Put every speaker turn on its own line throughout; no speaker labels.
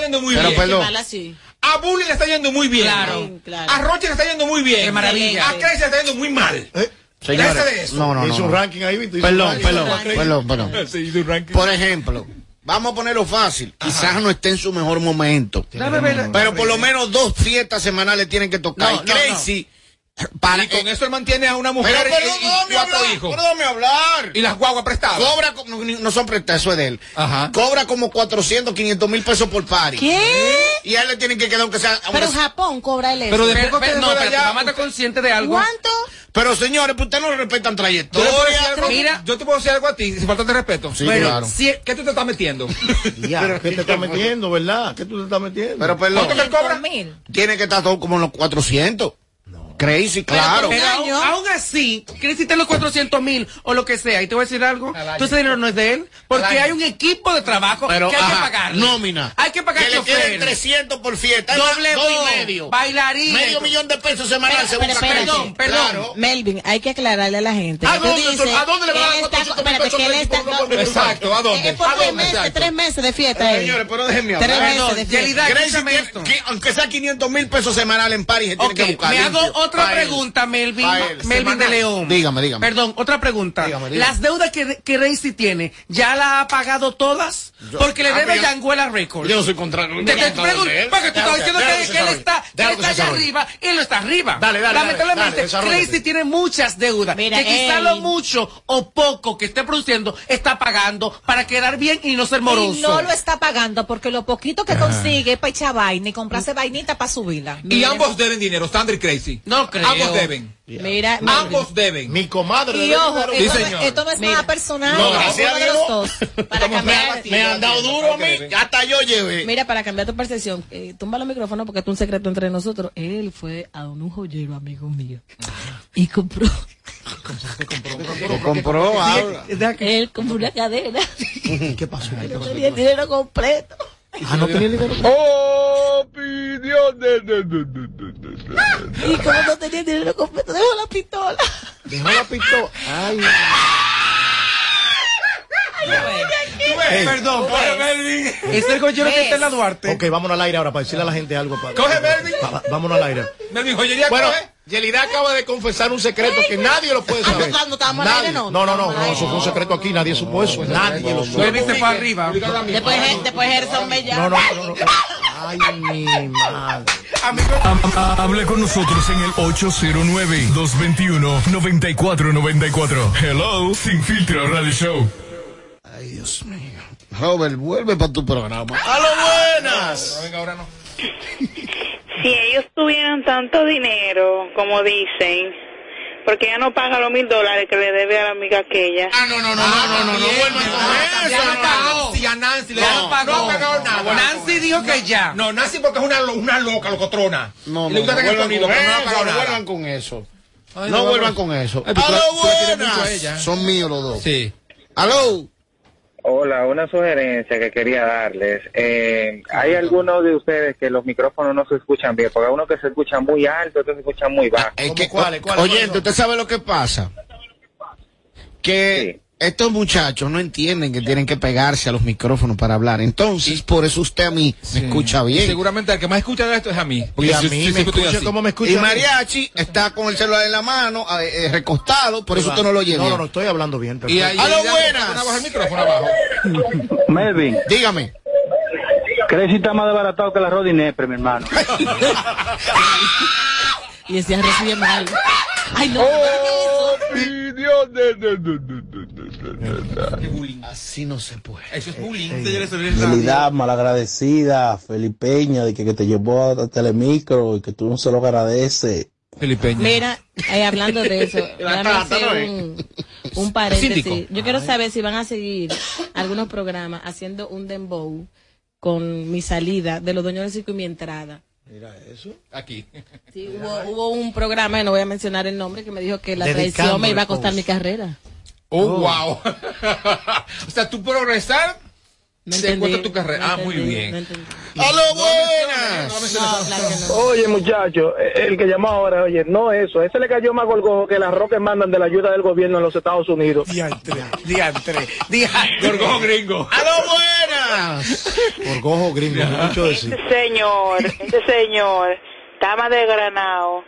yendo muy
Pero
bien.
perdón.
Mala, sí.
A Bully le está yendo muy bien.
Claro. Claro.
A Roche le está yendo muy bien.
Qué maravilla.
A Craig le está yendo muy mal.
¿Eh?
Trata de
Señores,
eso.
no, no,
Hizo
no.
un
no.
ranking ahí, ¿viste? Hizo un
Perdón,
ranking.
perdón,
ranking.
perdón, perdón.
Se hizo un ranking.
Por ejemplo, vamos a ponerlo fácil. Quizás no esté en su mejor momento.
Dame ver-
Pero por lo menos dos fiestas semanales tienen que tocar.
No,
y
no,
Crazy, para eh,
Y con eso él mantiene a una mujer eh,
Pero
y- y,
perdóname
cuatro
hablar,
hijos.
perdóname hablar.
Y las guaguas prestadas.
Cobra, co- no, no son prestados, eso es de él.
Ajá.
Cobra como 400, 500 mil pesos por party.
¿Qué?
Y a él le tienen que quedar aunque sea...
Pero
aunque
en
sea-
Japón cobra el
Pero
eso.
después que
pero-
usted-
no,
no,
pero
espérate,
ya-
mamá está consciente de algo.
¿Cuánto?
Pero señores, pues ustedes no respetan
Yo te,
trayectoria.
puedo decir algo,
Mira.
yo te puedo decir algo a ti, sin falta de respeto.
Sí,
bueno,
claro.
si- ¿qué tú te estás metiendo?
Pero, ¿Qué te estás metiendo, verdad? ¿Qué tú te estás metiendo?
Pero perdón,
¿Cuánto que él cobra?
mil.
tiene que estar todo como en los 400. Crazy, claro.
pero-
Pero aún,
Año.
aún así, que necesiten los 400 mil o lo que sea, y te voy a decir algo,
Al año.
todo ese dinero no es de él, porque
Al año.
hay un equipo de trabajo
Pero,
que hay
ajá,
que pagar.
Nómina.
Hay que pagar
Que le quieren
choferes.
300 por fiesta. Ahí va,
Doble
dos
voz,
y medio.
bailarines.
Medio millón de pesos semanal.
Pero-
se
pero
busca
espérate.
Crazy.
Perdón, perdón.
Claro.
Melvin, hay que aclararle a la gente.
¿A
Que tú
dónde,
dices,
¿a dónde le van a dar
él está-
400 mil
espérate,
pesos
que él
por
está-
equipo de fútbol?
Exacto, ¿a dónde?
Es por
¿A
tres
dónde,
meses,
exacto?
tres meses de fiesta. eh.
Señores, pero déjenme hablar.
Tres meses de
Perdón,
fiesta.
Yelida,
Gracie
escúchame
tiene
esto.
que- aunque sea 500 mil pesos semanal en París, se
Ok,
tiene que buscar.
me hago
limpio.
otra
Pa' él.
pregunta, Melvin,
Pa' él.
Melvin de
Semanal.
León.
Dígame, dígame.
Perdón, otra pregunta.
Dígame, dígame.
Las deudas que, que Reisi tiene, ¿ya la ha pagado todas?
Yo-
porque le
Ah,
debe
pero yo-
Yanguela Records.
Yo no soy contrario.
Te- te pregunto, porque tú estás diciendo que, que él está, que él está allá arriba y él no está arriba.
Dale, dale, dale, dale,
Lamentablemente,
desarrollate.
Crazy tiene muchas deudas.
Mira,
que quizá
ey.
lo mucho o poco que esté produciendo está pagando para quedar bien y no ser moroso.
Y no lo está pagando porque lo poquito que consigue es para echar vaina y comprarse vainita para subirla.
Y ambos deben dinero, Standard y Crazy.
No creo.
Ambos deben.
Mira, Melvin.
Ambos deben.
Mi comadre.
Y
debe
ojo,
tener un-
esto,
Sí,
no,
señor.
esto no es
Mira.
nada personal.
No,
es
gracias
uno
a
de
Dios.
los dos. Para cambiar,
Me han dado duro a mí. Hasta yo llevé.
mira, para cambiar tu percepción, eh, tumba los micrófonos porque es un secreto entre nosotros. Él fue a un joyero, amigo mío, y compró,
compró?
él compró una cadena. ¿Qué pasó? No tenía el dinero completo.
Ah, no tenía dinero.
Opinión de...
Y como no tenía el dinero completo, dejó la pistola.
Dejó la pistola. Ay.
Perdón,
Coge Melvin.
Este
es el joyero que está en la Duarte.
Ok, vámonos al aire ahora para decirle a la gente algo. Para...
Coge, Melvin.
Va- va- vámonos al aire.
Melvin, joyería
Bueno,
coge.
Yelida acaba de confesar un secreto que nadie lo puede
Ah,
saber.
no, no, no estábamos al
Nadie.
aire, no.
No, no, no,
Estábamos al
no, eso fue un secreto aquí, nadie supo eso. Nadie lo supo.
Melvin se fue arriba.
Después, después Gerson me
No,
llama.
no, no, no. Ay, mi madre.
Am- a- Habla con nosotros en el 809-221-9494. Hello, Sin Filtro Radio Show.
Ay, Dios mío. Robert, vuelve para tu programa.
¡Aló, buenas!
Si ellos tuvieran tanto dinero, como dicen, porque ella no paga los mil dólares que le debe a la amiga aquella.
Ah, no, no, no, no, no, no, no, vuelvan con
Ya
eso.
lo
no, no.
pagó.
Nancy, a Nancy le
Ya lo
no,
pagó.
no ha pagado nada.
Nancy dijo que ya.
No, Nancy porque es una, lo- una loca, locotrona.
No, no,
Le gusta
no
que el
vuelvan
sonido, pero no ha
con eso,
pagado
no
nada.
vuelvan con eso.
Ay,
No
no,
vuelvan
no.
con eso.
Ay, pero tú la-
¡Aló,
tú la quieres mucho a ella, ¿eh?
buenas! Son míos los dos.
Sí.
¡Aló!
Hola, una sugerencia que quería darles. Eh, ¿Hay alguno de ustedes que los micrófonos no se escuchan bien? Porque hay uno que se escucha muy alto, otro se escucha muy bajo.
Es
¿Cómo
que,
cuáles, cuáles,
oyente,
cuáles son?
¿usted sabe lo que pasa? Que estos muchachos no entienden que tienen que pegarse a los micrófonos para hablar. Entonces, por eso usted a mí me escucha
Y
bien.
Mm. Seguramente el que más escucha de esto es a mí.
Y a mí
si- si-
me
si estoy
escucha
así.
como me escucha.
Y
a mí.
Mariachi está con el celular en la mano, eh, eh, recostado, por eso usted no lo llena.
No, no, no, estoy hablando bien.
Y
perfecto.
ahí,
¡Aló,
ya,
buenas!
pon abajo el micrófono abajo.
Melvin,
Dígame.
Crazy está más desbaratado que la Rodinepre, mi hermano.
Y ese arroz bien mal. Ay, no. no,
Opinión de...
Así no se puede.
Eso es bullying.
Felicidad malagradecida, Felipeña, de que, que te llevó a Telemicro y que tú no se lo agradeces.
Felipeña.
Mira, eh, hablando de eso,
tata,
déjame
¿no
hacer
es?
un, un paréntesis.
Síndico.
Yo quiero saber si van a seguir algunos programas haciendo un dembow con mi salida de los dueños del circo y mi entrada.
Aquí.
Sí, hubo, hubo un programa, no voy a mencionar el nombre, que me dijo que la traición me iba a costar mi carrera.
Oh, wow. o sea, tú progresar
No
te cuesta
entendí,
tu carrera.
no
ah, muy
entendí,
bien.
no entendí.
¡Aló, buenas!
No, claro que no.
Oye, muchacho, eh, el que llamó ahora, oye, no eso, ese le cayó más gorgojo que las roques mandan de la ayuda del gobierno en los Estados Unidos.
Diantre, diantre, diantre.
Gorgón gringo.
¡Aló, buenas!
Gorgojo gringo, mucho decir.
Este
Ese señor, ese señor, estaba desgranado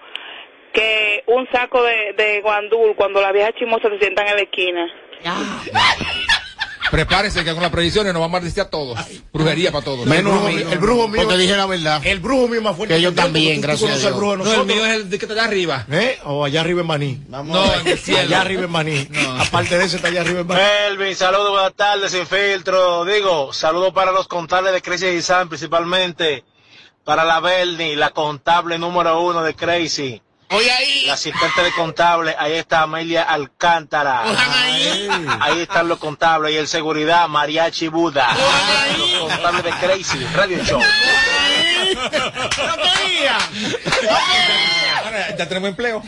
que un saco de, de guandul cuando la vieja chimosa se sientan en la esquina.
Prepárense que con las predicciones nos vamos a decir a todos. Brujería para todos.
Menos
el brujo,
a mí.
El brujo mío.
Porque dije la verdad.
El brujo mío más fuerte.
Que yo
el diablo.
también,
Tú- tú
gracias
conoces
a
al
Dios.
brujo de
No, el
nosotros.
mío es el de que está allá arriba.
¿Eh? O allá arriba en Maní.
No, en el cielo.
Allá arriba en Maní. Aparte de ese, está allá arriba en Maní.
Eh,
Melvin, saludos, buenas tardes, sin filtro. Digo, saludos para los contables de Crazy y Sam, principalmente para la Bernie, la contable número uno de Crazy.
Hoy ahí.
La asistente de contable, ahí está Amelia Alcántara. Ahí están los contables y el seguridad, Mariachi Buda. Los contables de Crazy, Radio Show.
Ahora, Ya tenemos empleo.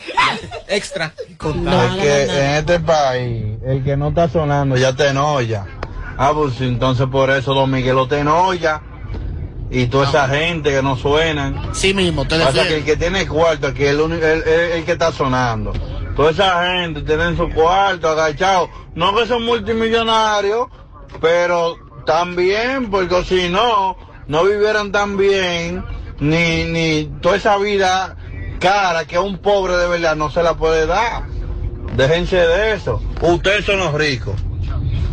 Extra. Eh,
Porque en este país, el que no está sonando ya te enoja. Ah, pues entonces por eso Don Miguelo te enoja. Y toda esa gente que no suenan.
Sí mismo, te
Pasa que
defiendo.
el que tiene cuarto aquí es el, uni- el- el- el que está sonando. Toda esa gente tienen su cuarto agachado. No que son multimillonarios, pero también, porque si no, no vivieran tan bien, ni, ni toda esa vida cara que a un pobre de verdad no se la puede dar. Déjense de eso. Ustedes son los ricos.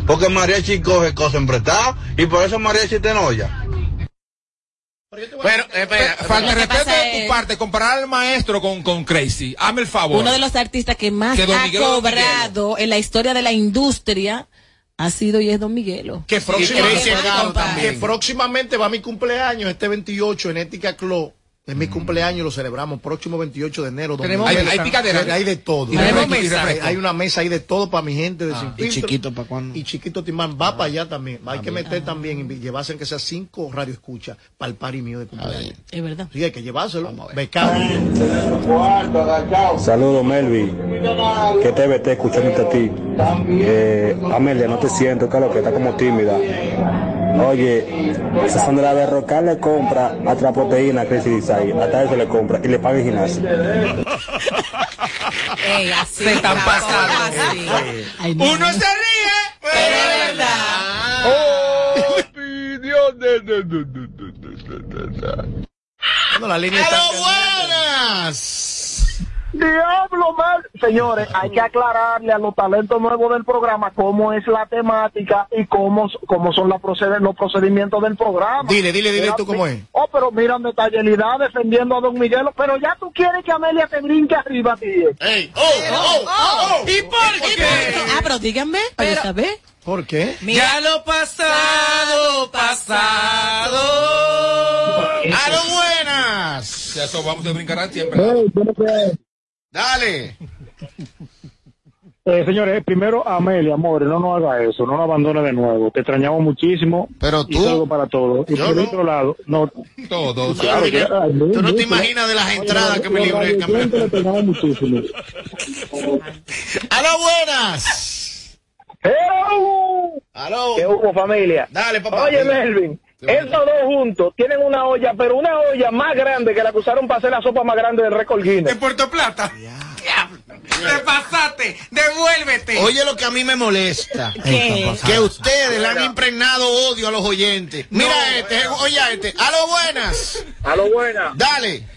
Porque Mariachi coge cosas emprestadas y por eso Mariachi te enoja.
Pero, espera, eh, falta de
Lo que
respeto
pasa
de
es-
tu parte, comparar al maestro con, con Crazy. Hazme el favor.
Uno de los artistas que más
Ah, Que Don
ha
Miguelo, Don
cobrado en la historia de la industria ha sido y es Don Miguelo.
Que
Crazy
próximamente,
es caro también.
que próximamente va mi cumpleaños, este 28 en Ética Club. Es mi cumpleaños, lo celebramos próximo 28 de enero. domingo.
Tenemos mesa.
Hay de todo.
Y tenemos mesa.
Hay- Hay una mesa ahí de todo para mi gente de Sin
¿Y
Filtro.
chiquito para cuándo?
Y Chiquito Timán va para allá también. Hay que meter también y llevarse aunque sea cinco radioescuchas para el pari mío de cumpleaños.
Es verdad.
Sí, hay que llevárselo. Becado.
Saludos, Melvi. Que te vete escuchándote a ti. Eh, Amelia, no te siento, claro que está como tímida. Oye, esa Sandra de Roca le compra a proteína a Crazy Design. Hasta eso le compra y le paga el gimnasio.
Ey, así,
Se están
cabrón,
pasando.
Ah,
así.
Uno se ríe, pero es
Oh,
verdad.
Opinión
No, la línea está-
buenas!
Diablo, mal. Señores, hay que aclararle a los talentos nuevos del programa cómo es la temática y cómo, cómo son las proced- los procedimientos del programa.
Dile, dile, dile
Mira,
tú cómo
mi-
es.
Oh, pero mira, detalleridad defendiendo a Don Miguelo, pero ya tú quieres que Amelia te brinque arriba, tío.
oh, oh, oh. ¿Y por qué?
Ah, pero díganme, para yo saber.
¿Por qué?
Ya lo pasado, pasado.
¡A lo buenas!
Ya eso vamos a brincar siempre.
Dale.
Eh, señores, primero Amelia, amor, no nos haga eso, no nos abandone de nuevo. Te extrañamos muchísimo.
Pero
Y
tú-
saludo para todos. Y
Yo
por
no.
otro lado, no.
Todos.
Claro que- ay,
Tú no
mucho.
te imaginas de las entradas que me
Los
libré.
radioyentes
campeón.
le extrañamos muchísimo.
¡A lo buenas!
¡Aló! ¿Qué hubo, familia?
Dale, papá.
Oye,
Dime.
Melvin, estos dos juntos tienen una olla, pero una olla más grande que la que usaron para hacer la sopa más grande del récord Guinness.
Puerto Plata. Diablo. Te pasaste. Devuélvete.
Oye lo que a mí me molesta.
¿Qué?
Que ustedes le han impregnado odio a los oyentes. Mira este, oye a este. ¡A lo buenas!
A lo buena.
Dale.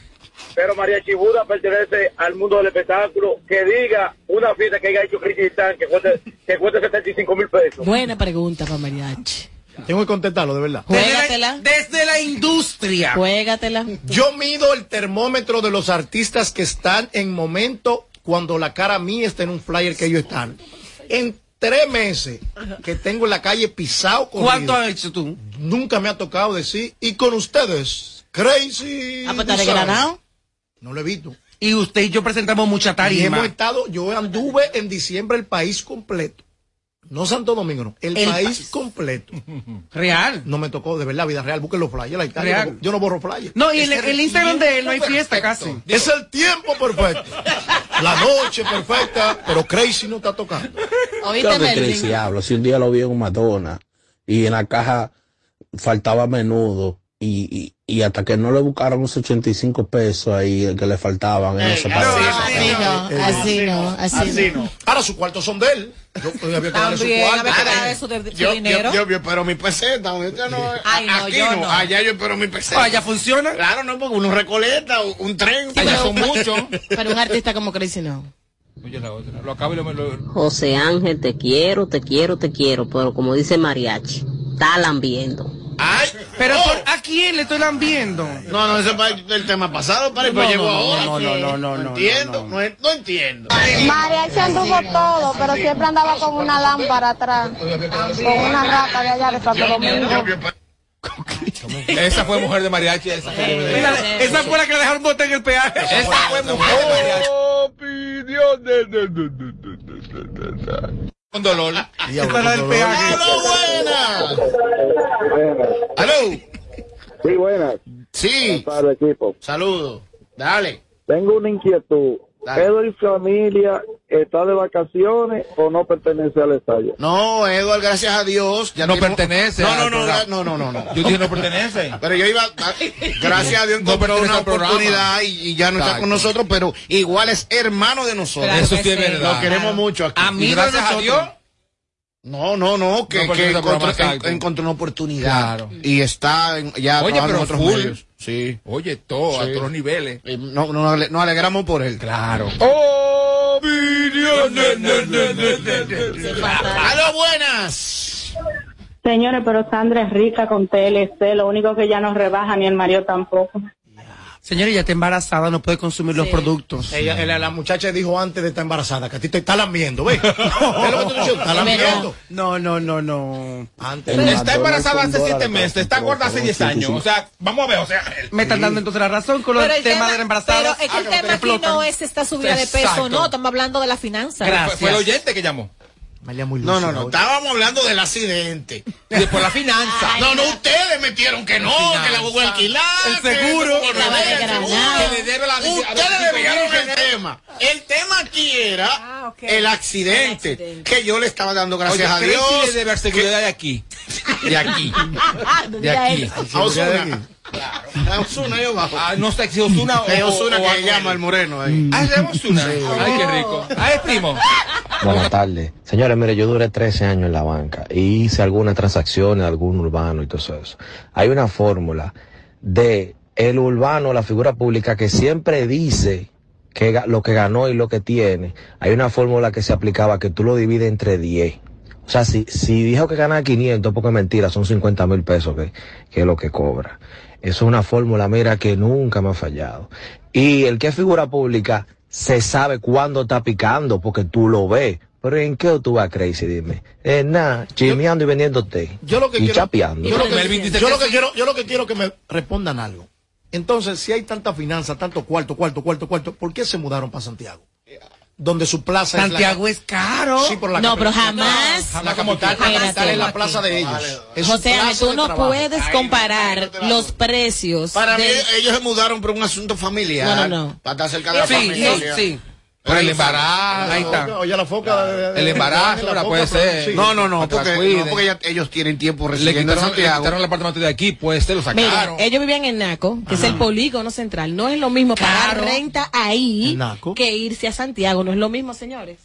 Pero María Chibuda pertenece al mundo del espectáculo. Que diga una fiesta que haya hecho Cristian que cueste, que cueste 75 mil pesos.
Buena pregunta para mariachi.
Tengo que contestarlo, de verdad.
Juégatela.
Desde la industria.
Juégatela.
Yo mido el termómetro de los artistas que están en momento cuando la cara mía está en un flyer que ellos están. En tres meses que tengo en la calle pisado con
¿Cuánto has hecho tú?
Nunca me ha tocado decir. Y con ustedes, Crazy.
Ah, pues está
Design.
desgranado.
No lo he visto.
Y usted y yo presentamos mucha
Y hemos
tarima.
estado, yo anduve en diciembre el país completo. No Santo Domingo, no. El,
El
país,
país.
completo.
Real.
No me tocó, de verdad, vida real. Busquen los flyers. ahí está. Yo
Real.
no- Yo no borro flyers.
No, y
Es
en el, el Instagram de él no hay fiesta casi.
Es el tiempo perfecto. La noche perfecta, pero Crazy no está tocando.
¿Oíste,
Creo que Crazy ah.
Melvin?
habla. Si un
Ah,
día lo vi en un Madonna y en la caja faltaba menudo y, y,
y hasta que no le buscaron esos 85 pesos ahí que le faltaban, él no se paró.
Así
no, así no, así no.
Ahora sus cuartos son de él. Yo, yo había que darle su
También,
cuarto.
había que darle su de- su
Yo,
dinero.
yo, yo, pero mi peseta, usted no,
Ay, no,
aquí
yo
no,
no.
allá yo espero mi peseta.
allá Ah, funciona.
Claro, no, porque uno recoleta, un- un tren, allá son muchos.
Pero un artista como Crazy no.
Oye, la otra. Lo acabo y lo, lo-
José Ángel, te quiero, te quiero, te quiero, pero como dice Mariachi, talan viendo.
Pero por- ¿a quién le estoy lambiendo?
oh. No, no, ese es el tema pasado,
para
pare, pero llegó ahora.
No, no, no, no, no.
entiendo, no, en- no entiendo.
Mariachi anduvo todo, pero siempre andaba con una lámpara atrás, con una rata de allá de Santo Domingo.
Esa fue mujer de mariachi. Esa fue,
Mira, esa fue la que le dejaron botar en el peaje.
Esa fue mujer de mariachi. Con dolor.
Esta la del peaje.
¡Aló!
Sí, buenas.
Sí.
Buenas tardes, equipo.
Saludos. Dale.
Tengo una inquietud.
Dale.
¿Pedro y familia está de vacaciones o no pertenece al estadio?
No, Eduard, gracias a Dios. Ya
No
tiene-
pertenece
No,
al
no, no,
programa.
no, no, no, no.
Yo dije no pertenece.
Pero yo iba, a- gracias a Dios,
No
encontró
pertenece
una
al programa.
oportunidad y, y ya no está
Exacto.
con nosotros, pero igual es hermano de nosotros.
Claro Eso sí que es sí. verdad.
Lo queremos mucho aquí.
Amigo
Y
de nosotros.
No, no, no, que,
No pertenece
que
al programa,
encontró, en-
exacto.
encontró una oportunidad.
Claro.
Y está en- ya
Oye,
trabajando en
pero
otros
full.
medios. Sí.
Oye, todo, a
Sí.
todos los niveles.
Y No, no, ale- nos alegramos por él.
Claro. Oh,
¡Aló, buenas!
Señores, pero Sandra es rica con TLC, lo único que ya no rebaja ni el Mario tampoco.
Señores, ya está embarazada, no puede consumir los productos.
Ella, la, la muchacha dijo antes de estar embarazada que a ti te está lamiendo, ¿ves? ¿Ves lo que te estoy diciendo? Está lamiendo.
No, no, no, no.
Antes.
Está embarazada hace siete meses, está gorda hace 10 años. O sea, vamos a ver, o sea.
Me están dando entonces la razón con lo
Pero
del
el
tema,
tema-
de la embarazada.
Pero es que el tema aquí no es esta subida de peso,
Exacto.
no, estamos hablando de la finanza.
Fue, fue el oyente que llamó.
No, no, no, estábamos hablando del accidente.
Y después la finanza.
No, no, ustedes metieron que no,
La
que la hubo alquilar.
El seguro.
que
La
no,
vaina
el
granada.
seguro.
Que le debe la-
Ustedes
a-
desviaron el
a-
tema. El tema aquí era
Ah,
el, accidente, que yo le estaba dando gracias
Oye, Crazy
a Dios.
le debe seguridad de aquí.
De aquí.
De aquí.
A Osuna. Claro. A Osuna yo bajo.
Ah, no sé si Osuna o.
Es Osuna
o-
que
o
le llama
Anuel.
el moreno ahí.
Ah, es Osuna.
Sí.
Ay, qué rico. Ah, es primo.
Buenas tardes. Señores, mire, yo duré 13 años en la banca y hice algunas transacciones, algún urbano y todo eso. Hay una fórmula de el urbano, la figura pública, que siempre dice que ga- lo que ganó y lo que tiene. Hay una fórmula que se aplicaba que tú lo divides entre 10. O sea, si, si dijo que ganaba 500, porque es mentira, son 50 mil pesos que, que es lo que cobra. Eso es una fórmula, mira, que nunca me ha fallado. Y el que es figura pública se sabe cuándo está picando porque tú lo ves. Pero ¿en qué tú vas, Crazy? Dime. En nada, chismeando y vendiéndote.
Yo lo que
y
quiero.
chapeando.
Yo lo que, yo lo que quiero, yo lo que quiero que me respondan algo. Entonces, si hay tanta finanza, tanto cuarto, cuarto, cuarto, cuarto, ¿por qué se mudaron para Santiago? Donde su plaza
Santiago
es
es caro.
Sí, por la
No, pero
capital.
jamás.
No, La capital, la
Espérate.
capital es la plaza de ellos. Es su
José,
plaza
tú
de
no
trabajo.
puedes comparar los precios.
Para mí,
del-
ellos se mudaron por un asunto familiar.
No, no, no.
Para estar cerca de la
Sí,
familia.
sí, sí.
Por el embarazo.
Ahí está.
Oye, la foca. de- de- de-
El embarazo,
de
ahora puede
foca, pero-
ser.
sí.
No, no, no,
Para que
porque,
la cuiden.
no, porque ya ellos tienen tiempo
Le
residiendo en
quitaron, le
Santiago.
quitaron el apartamento de aquí, pues se lo
Mira,
sacaron.
ellos vivían en Naco, que es el polígono central. No es lo mismo pagar renta ahí que irse a Santiago. No es lo mismo, señores.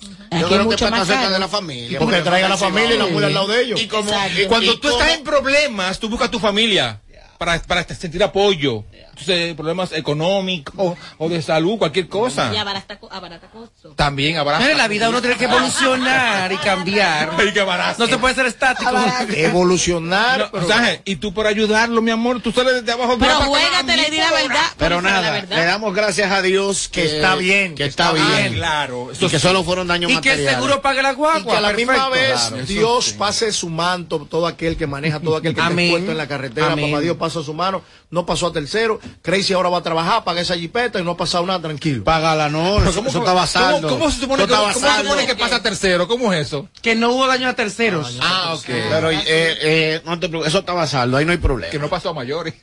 Yo
Aquí es
creo que
mucho
para
más
cerca
caro.
de la familia.
Porque traiga la familia y la mueve
muera
al lado de ellos.
Y como,
Y Cuando tú estás en problemas, tú buscas tu familia para, para te sentir apoyo. Entonces, problemas económicos o de salud, cualquier cosa.
Y abarata, abarata costo.
También habrá.
Bueno, en la vida uno tiene que evolucionar y cambiar.
Ay, qué barato.
No se puede ser estático.
Evolucionar.
No, Sánchez, y tú por ayudarlo, mi amor, tú sales desde abajo. vas
Pero
para acá,
juégatela y di la
amigo.
verdad.
Pero
Pónsela la
nada,
verdad.
le damos gracias a Dios que,
Que está bien,
Que está bien.
claro.
Y que solo fueron daños
Y que el
materiales.
seguro
pague la
Y que a la misma vez
Claro, eso
Dios
sí.
pase su manto, todo aquel que maneja, todo aquel que está
Amén.
expuesto en la carretera,
Amén.
papá Dios pasó su mano, no pasó a tercero, Crazy ahora va a trabajar, paga esa jipeta y no ha pasado nada, tranquilo.
Págala, no,
Pero
eso,
¿cómo-
eso estaba saldo.
¿Cómo, cómo se supone
Eso
que,
estaba
cómo se
saldo.
supone que pasa tercero? ¿Cómo es eso?
Que no hubo daño a terceros.
Ah, ok.
Pero eh, eh, no te preocupes, eso estaba saldo, ahí no hay problema.
Que no pasó a mayores.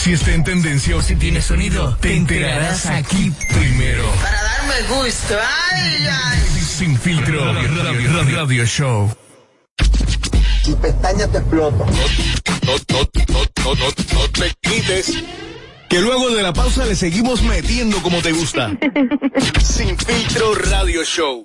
Si está en tendencia o si tiene sonido, te enterarás aquí primero.
Para darme gusto, ay, ay.
Sin filtro, radio, radio, radio show.
Pestañas te exploto.
no, no, no te quites. Que luego de la pausa le seguimos metiendo como te gusta. Sin filtro radio show.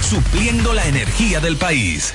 supliendo la energía del país.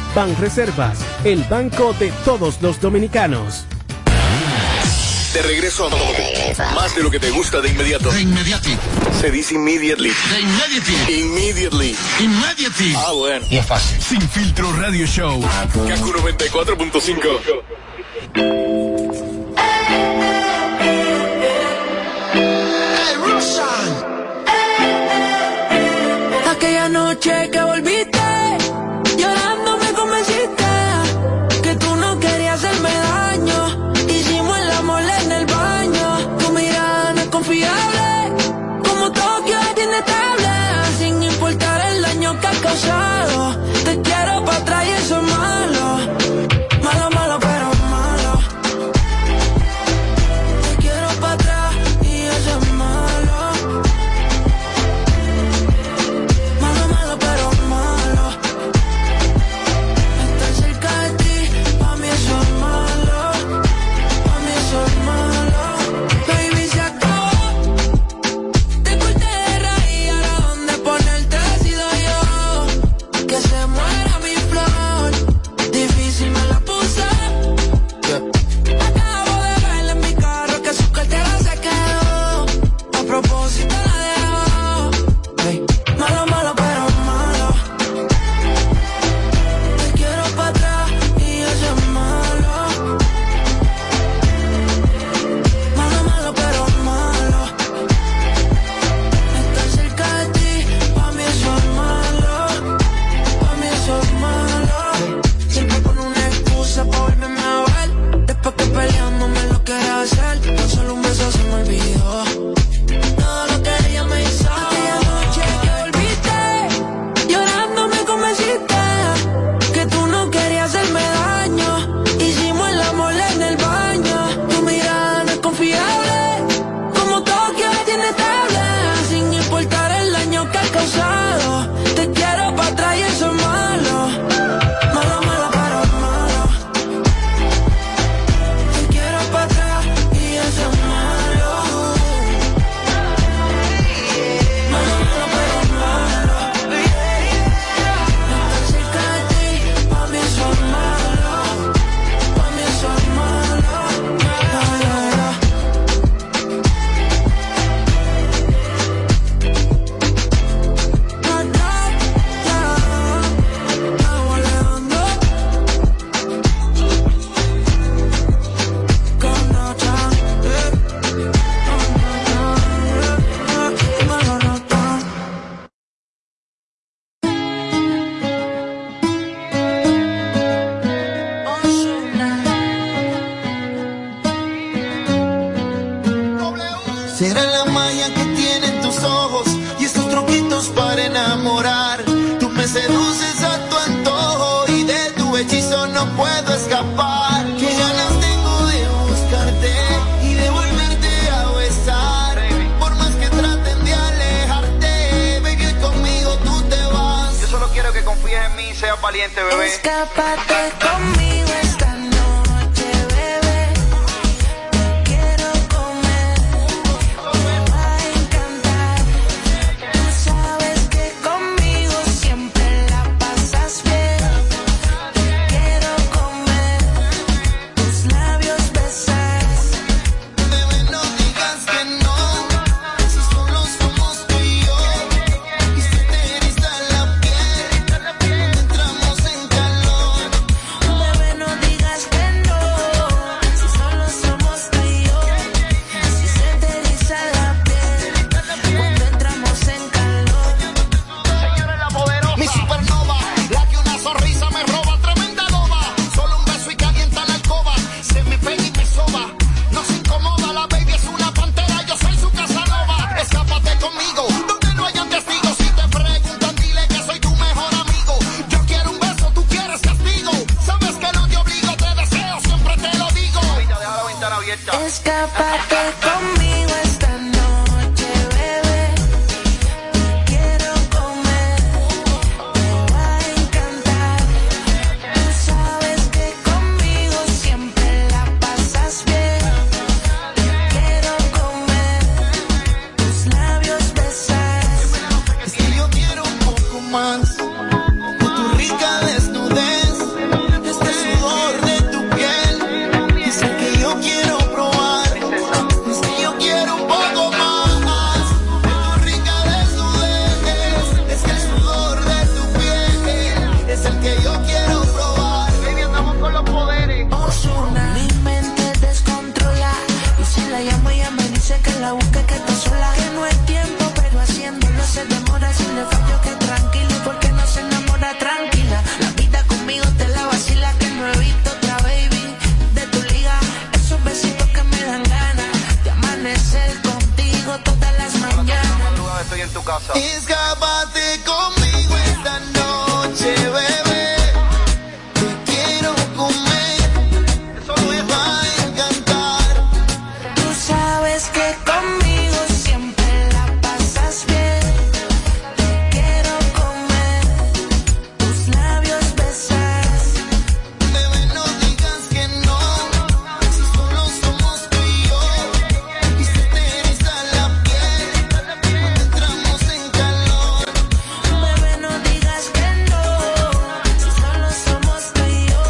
Banreservas, el banco de todos los dominicanos.
Te regreso a más de lo que te gusta de inmediato. De inmediato. Se dice immediately. De inmediato. Immediately. Immediately. Ah, bueno. Y es fácil. Ah, pues. Sin filtro radio show. Kaku 94.5.
Aquella noche que volviste, llorando me convenciste que tú no querías hacerme daño. Hicimos el amor en el baño, tu mirada no es confiable, como Tokio es inestable. Sin importar el daño que has causado, te quiero para atrás y eso es malo. Malo, malo, pero malo. Te quiero para atrás y eso es malo. Malo, malo, pero malo. Estar cerca de ti, pa' mí eso es malo. Pa' mí eso es malo. Baby, se acabó. Te corté de raíz, ahora dónde ponerte decido yo. Que se muera mi flor. Difícil me la puse. Acabo de verla en mi carro que su cartera se quedó. A propósito la dejó. Malo, malo, pero malo. Te quiero para atrás y eso es malo. Malo, malo, pero malo. Estar cerca de ti, pa' mí eso es malo. Pa' mí eso es malo. Siempre con una excusa pa' volverme a ver. Después que peleando me lo quería hacer. Con solo un beso se me olvidó. Todo lo que ella me hizo. Aquella noche que volviste, llorando me convenciste que tú no querías hacerme daño. Hicimos el amor en el baño. Tu mirada no es confiable, como Tokio es inestable. Sin importar el daño que has causado, te quiero para atrás y eso es malo. Malo, malo, pero malo. Te quiero para atrás y eso es malo. Malo, malo, pero malo. Estar cerca de ti, pa' mí eso es malo. Pa' mí eso es malo. Malo, malo.
Será la magia que tienen tus ojos y estos truquitos para enamorar. Tú me seduces a tu antojo y de tu hechizo no puedo escapar. Que ganas tengo de
valiente, bebé.
Escápate conmigo esta noche, bebé. Te quiero comer. Te va a encantar. Tú sabes que conmigo siempre la pasas bien. Te quiero comer. Tus labios besar.
Bebé, no digas que no. Si solo somos tú y yo. Y se te eriza la piel. Cuando entramos en calor.
Bebé, no digas que no. Si solo somos tú y yo. Si se te eriza la piel. Cuando entramos en calor.
Señora la poderosa. Mi supernova. La que una sonrisa me roba. Tremenda loba. Solo un beso y calienta la alcoba. Se me pega y me soba. No se incomoda. La baby es una pantera. Yo soy su casanova. Escápate conmigo. Donde no hayan testigos. Si te preguntan, dile que soy tu mejor amigo. Yo quiero un beso. Tú quieres castigo. Sabes que no te obligo. Te deseo. Siempre te lo digo.
Deja la ventana abierta.
Escápate conmigo esta noche, bebé. Te quiero comer. Te va a encantar. Tú sabes que conmigo siempre la pasas bien. Te quiero comer. Tus labios besar.
Es que yo quiero un poco más de tu rica desnudez, de este sudor de tu piel. Es el que yo quiero probar. Es que yo quiero un poco más de tu rica desnudez. Es que el sudor de tu piel es el que yo quiero probar. Baby, andamos con los poderes.
Ozuna. Mi mente descontrola. Y si la llamo, ella me dice que la busque, que está sola. Que no es tiempo, pero haciéndolo se demora. Si le fallo, que tranquilo, porque no se enamora tranquila. La vida conmigo te la vacila, que no he visto otra baby de tu liga. Esos besitos que me dan ganas de amanecer contigo todas las mañanas.
Madrugada estoy en tu casa.
Escápate conmigo esta noche, bebé. Te quiero comer. Eso me va a encantar.
Tú sabes que conmigo siempre la pasas bien. Te quiero comer, tus labios besar.
Bebé, no digas que no. Si solo somos tú y yo. Y se te eriza la piel. Cuando entramos en calor.
Bebé, no digas que no. Si solo somos tú y yo.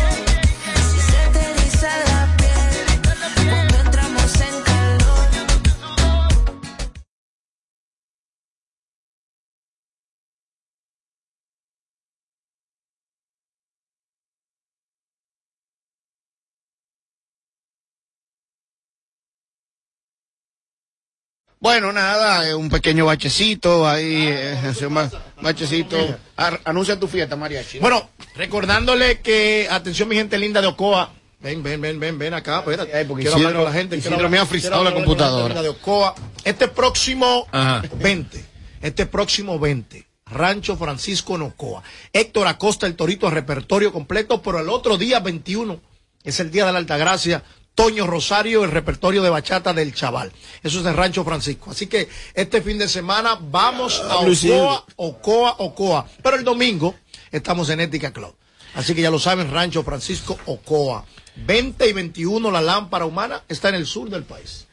Si se te eriza la piel, cuando entramos en calor.
Bueno, nada, eh, un pequeño bachecito ahí, eh, hace un ba- bachecito. Ar- anuncia tu fiesta, mariachi.
Bueno, recordándole que, atención mi gente linda de Ocoa, ven, ven, ven, ven, ven acá, espérate. quiero
Isidro-
hablar con la gente.
Isidro
quiero hablar-
me ha frisado
quiero
la
hablar con gente
computadora.
linda de Ocoa. Este próximo
Ajá.
20, este próximo 20, Rancho Francisco en Ocoa. Héctor Acosta, el Torito, a repertorio completo, pero el otro día 21, es el día de la Altagracia. Toño Rosario, el repertorio de bachata del chaval. Eso es en Rancho Francisco. Así que este fin de semana vamos a Ocoa,
Lucido.
Ocoa, Ocoa. Pero el domingo estamos en Ética Club. Así que ya lo saben, Rancho Francisco Ocoa. 20 y 21, la lámpara humana está en el sur del país.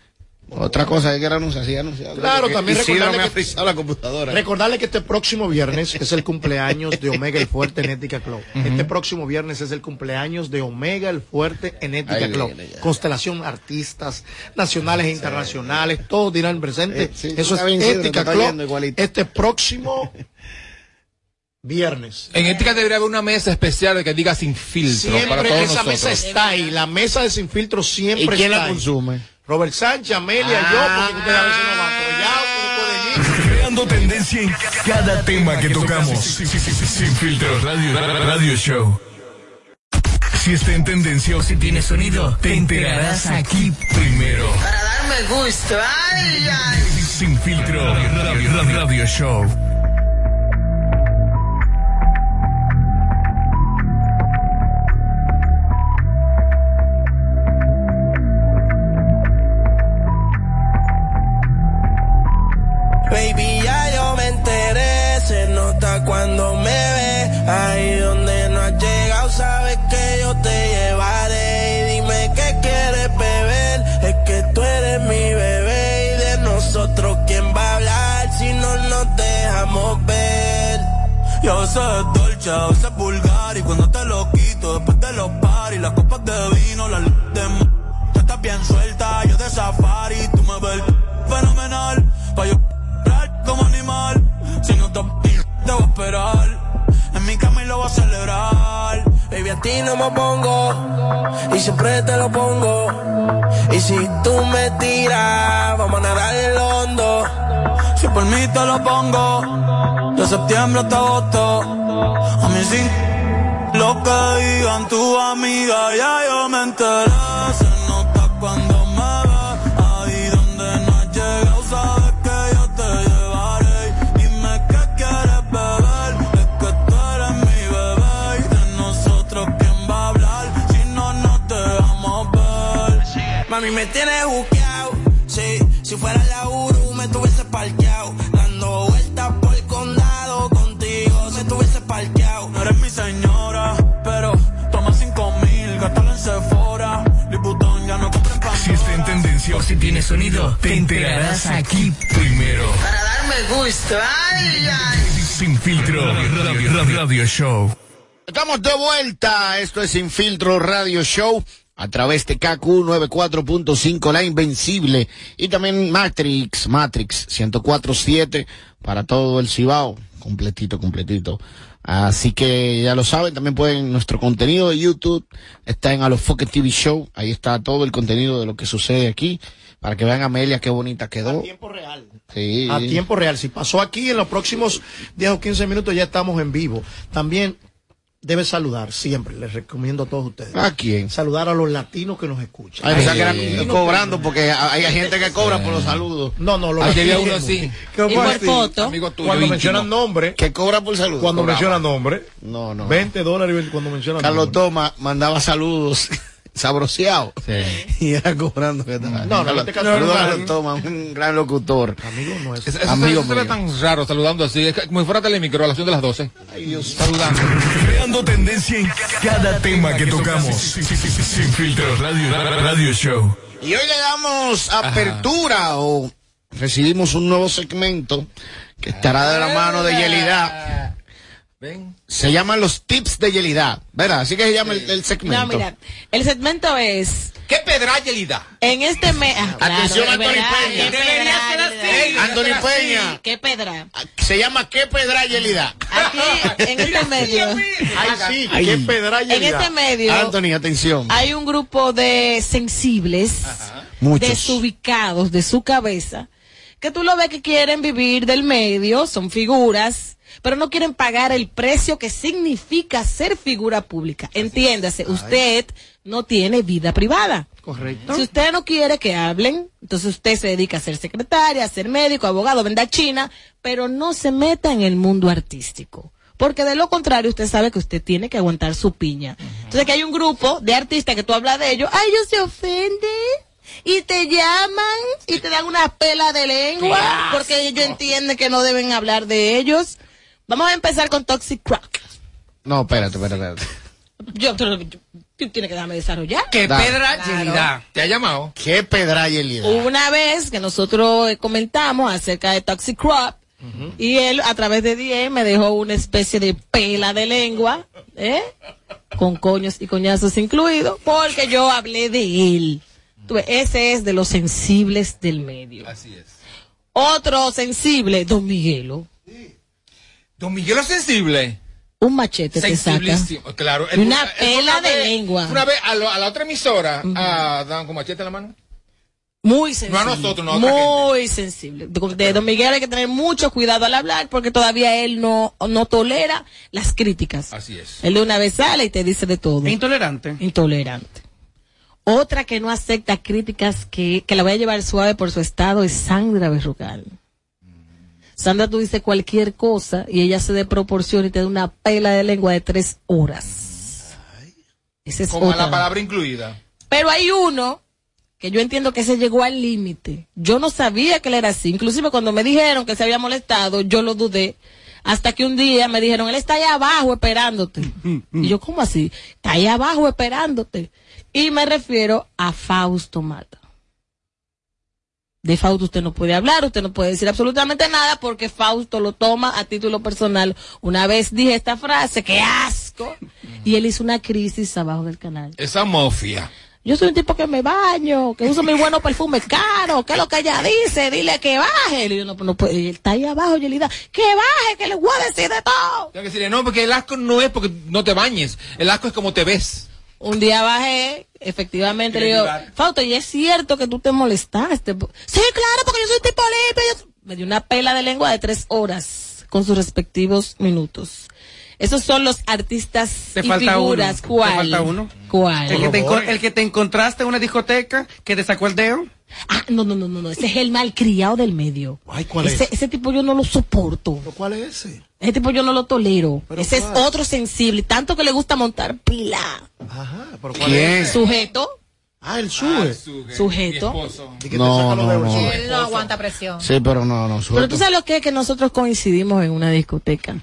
Otra cosa que quiero anunciar, sí, anunciar.
Claro,
Que
también
Eh, Isidro
recordarle
me ha
que-
frisado la computadora.
Recordarle que este próximo viernes es el cumpleaños de Omega el Fuerte en Ética Club. Este próximo viernes es el cumpleaños de Omega el Fuerte en Ética
Ahí
Club.
viene ya.
Constelación artistas nacionales e internacionales, todos dirán presente.
Eh, sí,
Eso
está
es
bien, Isidro, te
Ética
está
Club.
viendo igualito.
Este próximo viernes.
En ética debería haber una mesa especial que diga sin filtro para
Siempre
todos
esa
nosotros.
mesa está ahí, la mesa de sin filtro siempre
¿Y quién
está
la
ahí.
consume? Ah.
Robert Sánchez, Amelia, yo, porque ustedes a veces no van, pero ya,
Creando tendencia en cada tema que tocamos. Sin filtro, radio, radio show. Si está en tendencia o si tiene sonido, te enterarás aquí primero.
Para darme gusto. Ay, ay.
Sin filtro, radio, radio, radio show.
Baby, ya yo me enteré, se nota cuando me ve, ahí donde no hay
podemos ver. Y a veces es dolce, a veces es vulgar. Y cuando te lo quito, después de los paris, las copas de vino, las luces de mu- Tú estás bien suelta, yo de safari. Tú me ves fenomenal. Pa' yo hablar como animal. Si no te te voy a esperar. En mi cama y lo voy a celebrar.
Baby, a ti no me pongo y siempre te lo pongo. Y si tú me tiras, vamos a nadar el hondo.
Si por mí te lo pongo, de septiembre hasta agosto. A mí sí, lo que digan tu amiga, ya yo me enteré. Se nota cuando me ve, ahí donde no has llegado, sabes que yo te llevaré. Dime qué quieres beber, es que tú eres mi bebé. Y de nosotros, ¿quién va a hablar? Si no, no te vamos a ver.
Mami, me tienes buqueado. Sí, si fuera la Uru, me tuviese parqueado. Dando vueltas por el condado contigo, me tuviese parqueado.
No eres mi señora, pero toma cinco mil, gastala en Sephora. Liputón ya no compren pan.
Si está en tendencia o si tiene sonido, te enterarás aquí primero.
Para darme gusto. Ay, ay.
Sin filtro, radio, radio, radio show.
Estamos de vuelta. Esto es Sin Filtro Radio Show a través de KQ94.5, la Invencible. Y también Matrix, Matrix 104.7 para todo el Cibao. Completito, completito. Así que ya lo saben, también pueden nuestro contenido de YouTube está en Alofoque TV Show. Ahí está todo el contenido de lo que sucede aquí. Para que vean Amelia qué bonita quedó. Sí.
A tiempo real. Si pasó aquí en los próximos 10 o 15 minutos ya estamos en vivo. También debe saludar siempre. Les recomiendo a todos ustedes.
¿A quién?
Saludar a los latinos que nos escuchan.
Ay, pensaba que eran cobrando porque hay gente que cobra por los saludos.
No, no, los
Ayer vi a Ah. uno
latinos.
así.
¿Cómo
Y por
así?
foto. Amigo tuyo,
Cuando
íntimo.
mencionan nombre.
Que cobra por saludos.
Cuando
Cobraba.
mencionan nombre.
No, no.
20 dólares y cuando mencionan
Carlos
nombre.
Toma mandaba saludos sabroseado y era cobrando que estaba.
No, no, en
Carlos-
este caso no,
Saludos a
no,
Carlos Toma, un gran locutor. Amigo
Es- Eso, se- eso se ve tan raro saludando así, es como si fuera telemicro a la acción de las 12. Saludando.
Creando tendencia en cada tema que tocamos. Sin filtro, radio, radio show.
Y hoy le damos apertura o recibimos un nuevo segmento que estará de la mano de Yelida.
Ven.
Se llaman los tips de Yelida, ¿verdad? Así que se llama el, el segmento.
No, mira, el segmento es.
¿Qué pedra Yelida?
En este mes.
Atención, Anthony Peña. Anthony
Antonio
Peña.
¿Qué pedra?
Se llama ¿Qué pedra Yelida?
Aquí, en este medio.
sí, qué pedra
En este medio.
Anthony, atención.
Hay un grupo de sensibles,
Muchos.
desubicados de su cabeza, que tú lo ves que quieren vivir del medio, son figuras, pero no quieren pagar el precio que significa ser figura pública. Entiéndase, usted no tiene vida privada.
Correcto.
Si usted no quiere que hablen, entonces usted se dedica a ser secretaria, a ser médico, abogado, venda China, pero no se meta en el mundo artístico. Porque de lo contrario, usted sabe que usted tiene que aguantar su piña. Entonces, que hay un grupo de artistas que tú hablas de ellos, a ellos se ofenden y te llaman y te dan una pela de lengua porque ellos entienden que no deben hablar de ellos. Vamos a empezar con Toxic Rock.
No, espérate, espérate, espérate.
Yo, tú, tú tienes que dejarme desarrollar.
¿Qué
Claro.
pedra
Yelida. ¿Te ha llamado?
¿Qué pedra Yelida?
Hubo una vez que nosotros eh, comentamos acerca de Toxic Crop y él a través de DM me dejó una especie de pela de lengua, ¿eh? con coños y coñazos incluidos, porque yo hablé de él. Tú ves, Ese es de los sensibles del medio.
Así es.
Otro sensible, Don Miguelo,
Don Miguel es sensible.
un machete te saca.
Sensibilísimo, claro.
Y una
Él- él
pela
una
de
vez-
lengua.
Una vez a, lo- a la otra emisora, a Dan con machete en la mano.
Muy sensible.
No a nosotros, no a otra
Muy sensible. De, de Don Miguel hay que tener mucho cuidado al hablar porque todavía él no, no tolera las críticas.
Así es.
Él de una vez sale y te dice de todo.
Intolerante.
Intolerante. Otra que no acepta críticas que, que la voy a llevar suave por su estado es Sandra Berrugal. Sandra, tú dices cualquier cosa y ella se de proporción y te da una pela de lengua de tres horas. Esa es
Con la
otra.
palabra incluida.
Pero hay uno que yo entiendo que se llegó al límite. Yo no sabía que él era así. Inclusive cuando me dijeron que se había molestado, yo lo dudé. Hasta que un día me dijeron, él está allá abajo esperándote. y yo, ¿cómo así? Está allá abajo esperándote. Y me refiero a Fausto Mata. De Fausto usted no puede hablar, usted no puede decir absolutamente nada porque Fausto lo toma a título personal. Una vez dije esta frase, qué asco, y él hizo una crisis abajo del canal.
Esa mofia.
Yo soy un tipo que me baño, que uso mis buenos perfumes caros, que es lo que ella dice, dile que baje. Y yo, no, no puede, y él está ahí abajo, Yelida, que baje, que le voy a decir de todo.
Tengo que decirle, no, porque el asco no es porque no te bañes. El asco es como te ves.
Un día bajé, efectivamente, le digo, Fausto, y es cierto que tú te molestaste. Sí, claro, porque yo soy tipo limpio. yo soy-". Me dio una pela de lengua de tres horas con sus respectivos minutos. Esos son los artistas
Te
y
falta
figuras.
uno.
¿Cuál?
Te falta uno.
¿Cuál?
El que, te enco- el que te encontraste en una discoteca que te sacó el dedo.
Ah, no, no, no, no, no. Ese es el malcriado del medio.
Ay,
ese, ese tipo yo no lo soporto.
¿Cuál es ese?
Ese tipo yo no lo tolero. Ese
cuál?
es otro sensible, tanto que le gusta montar pila.
Ajá, pero ¿cuál
¿Quién?
es?
Sujeto.
Ah, el sube.
Sujeto.
No, no, no.
Él no aguanta presión.
Sí, pero no, no.
Pero tú
suelto.
sabes lo que es que nosotros coincidimos en una discoteca.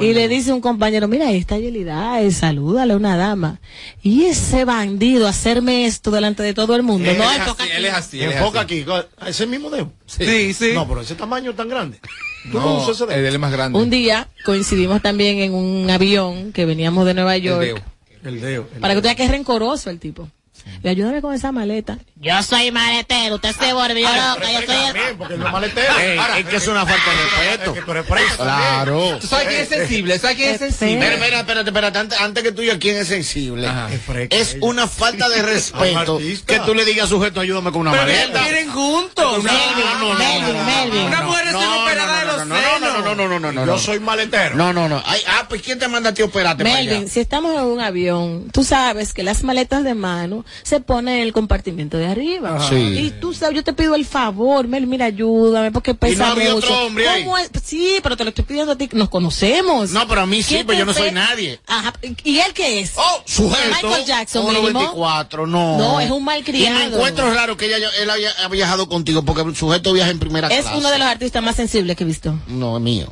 Y le dice un compañero, mira, ahí está Yelida, eh, salúdale a una dama. Y ese bandido hacerme esto delante de todo el mundo.
Él
No,
es
esto
así,
acá-
él es así. él es
Enfoca
así.
aquí, co- a ese mismo dedo.
Sí, sí.
No, pero ese tamaño tan grande. Tú no,
No,
usas ese dedo.
el es más grande.
Un día coincidimos también en un avión que veníamos de Nueva York.
El dedo. el
Para
dedo.
que usted vea que es rencoroso el tipo. Le ayúdame con esa maleta. Yo soy maletero, usted se volvió
Ah,
loca, yo soy el... Ah.
Porque no maletero. eh,
Ey, es que es una falta de respeto. Claro.
¿Tú sabes quién es sensible? ¿Sabes quién es
Este,
sensible?
Mira, mira, espérate, espérate. Antes, antes que tú digas quién es sensible, es una falta de respeto que tú le digas sujeto, ayúdame con una
Pero ellos
maleta.
vienen juntos. Una mujer se operada de los
no, no, no, no, no, no, no, no, no.
Yo soy maletero.
No, no, no. Ay, ah, pues ¿quién te manda a ti a operarte para allá?
Melvin, si estamos en un avión, tú sabes que las maletas de mano se ponen en el compartimento de arriba.
Ajá. Sí.
Y tú sabes, yo te pido el favor, Melvin, mira, ayúdame, porque pesa
había
mucho.
otro hombre ahí?
¿Cómo es? pues, Sí, pero te lo estoy pidiendo a ti, nos conocemos.
No, pero a mí sí,
¿Qué
pero
te
yo no soy
pe-
nadie.
Ajá, ¿y él qué es?
Oh, sujeto.
Michael Jackson,
Oro
mínimo.
24, no.
No, es un malcriado.
Y me encuentro raro que ella, él haya ha viajado contigo porque el sujeto viaja en primera
Es
clase.
uno de los artistas más sensibles que he visto.
No, es mío.